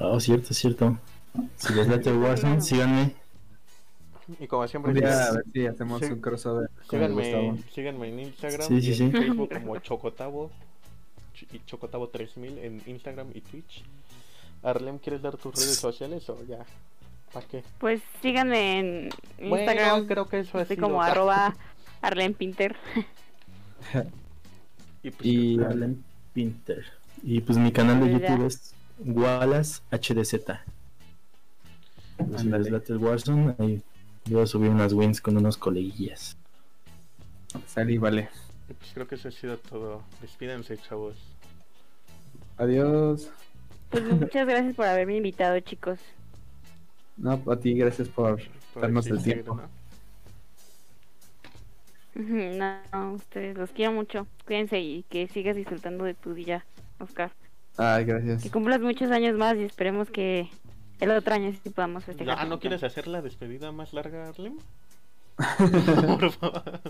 Speaker 4: Oh, cierto, cierto. Si les late Warzone, síganme.
Speaker 2: Y como siempre,
Speaker 1: Un día Pues a
Speaker 2: sigan-
Speaker 1: ver si hacemos
Speaker 2: Sí.
Speaker 1: un crossover con el
Speaker 2: síganme,
Speaker 1: Gustavo.
Speaker 2: síganme en Instagram
Speaker 4: Sí, sí,
Speaker 2: y en
Speaker 4: sí.
Speaker 2: Facebook como Chocotavo Ch- y Chocotavo 3000 en Instagram y Twitch. Arlem, ¿quieres dar tus redes sociales o ya? ¿Para qué?
Speaker 3: Pues síganme en
Speaker 2: Bueno,
Speaker 3: Instagram.
Speaker 2: creo que eso es
Speaker 3: Estoy como arroba Arlen Pinter.
Speaker 2: Y pues,
Speaker 1: Y
Speaker 4: Arlen Pinter. Y pues mi canal de
Speaker 3: Hola.
Speaker 4: YouTube es Wallace HDZ. Pues, Si
Speaker 1: Ándale.
Speaker 4: les late el Warzone, ahí voy a subir unas wins con unos coleguillas.
Speaker 1: Salí, vale.
Speaker 2: y pues creo que eso ha sido todo. Despídense, chavos.
Speaker 1: Adiós.
Speaker 3: Pues muchas gracias por haberme invitado, chicos.
Speaker 1: No, a ti, gracias por
Speaker 2: Por
Speaker 1: darnos el
Speaker 2: existir,
Speaker 1: tiempo.
Speaker 2: ¿no?
Speaker 3: No, no, ustedes los quiero mucho. Cuídense y que sigas disfrutando de tu día, Oscar.
Speaker 1: Ay,
Speaker 3: Que
Speaker 1: gracias.
Speaker 3: cumplas muchos años más y esperemos que el otro año sí podamos
Speaker 2: No,
Speaker 3: festejar.
Speaker 2: ah, ¿no
Speaker 3: juntos.
Speaker 2: quieres hacer la despedida más larga, Arlem? Por favor.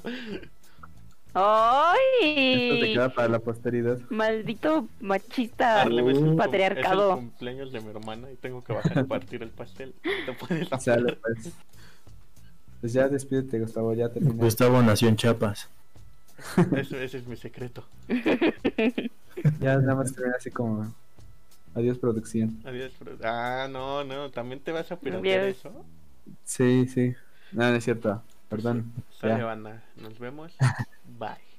Speaker 1: Esto se
Speaker 3: ¡Ay!
Speaker 1: queda para la posteridad.
Speaker 3: Maldito machista.
Speaker 2: Arlem es el, cum-
Speaker 3: Ah, Patriarcado.
Speaker 2: es el cumpleaños de mi hermana y tengo que bajar a partir el pastel. Te puedes
Speaker 1: Sale, pues. Pues ya despídete, Gustavo, ya terminas.
Speaker 4: Gustavo nació en Chiapas.
Speaker 2: Ese, ese es mi secreto.
Speaker 1: Ya nada más termina así como. Adiós, producción.
Speaker 2: Adiós, bro. Ah, no, no, también te vas a piratear
Speaker 3: Adiós.
Speaker 2: eso.
Speaker 1: Sí, sí. No, no es cierto. Perdón.
Speaker 2: Sale,
Speaker 1: Ya.
Speaker 2: banda. Nos vemos. Bye.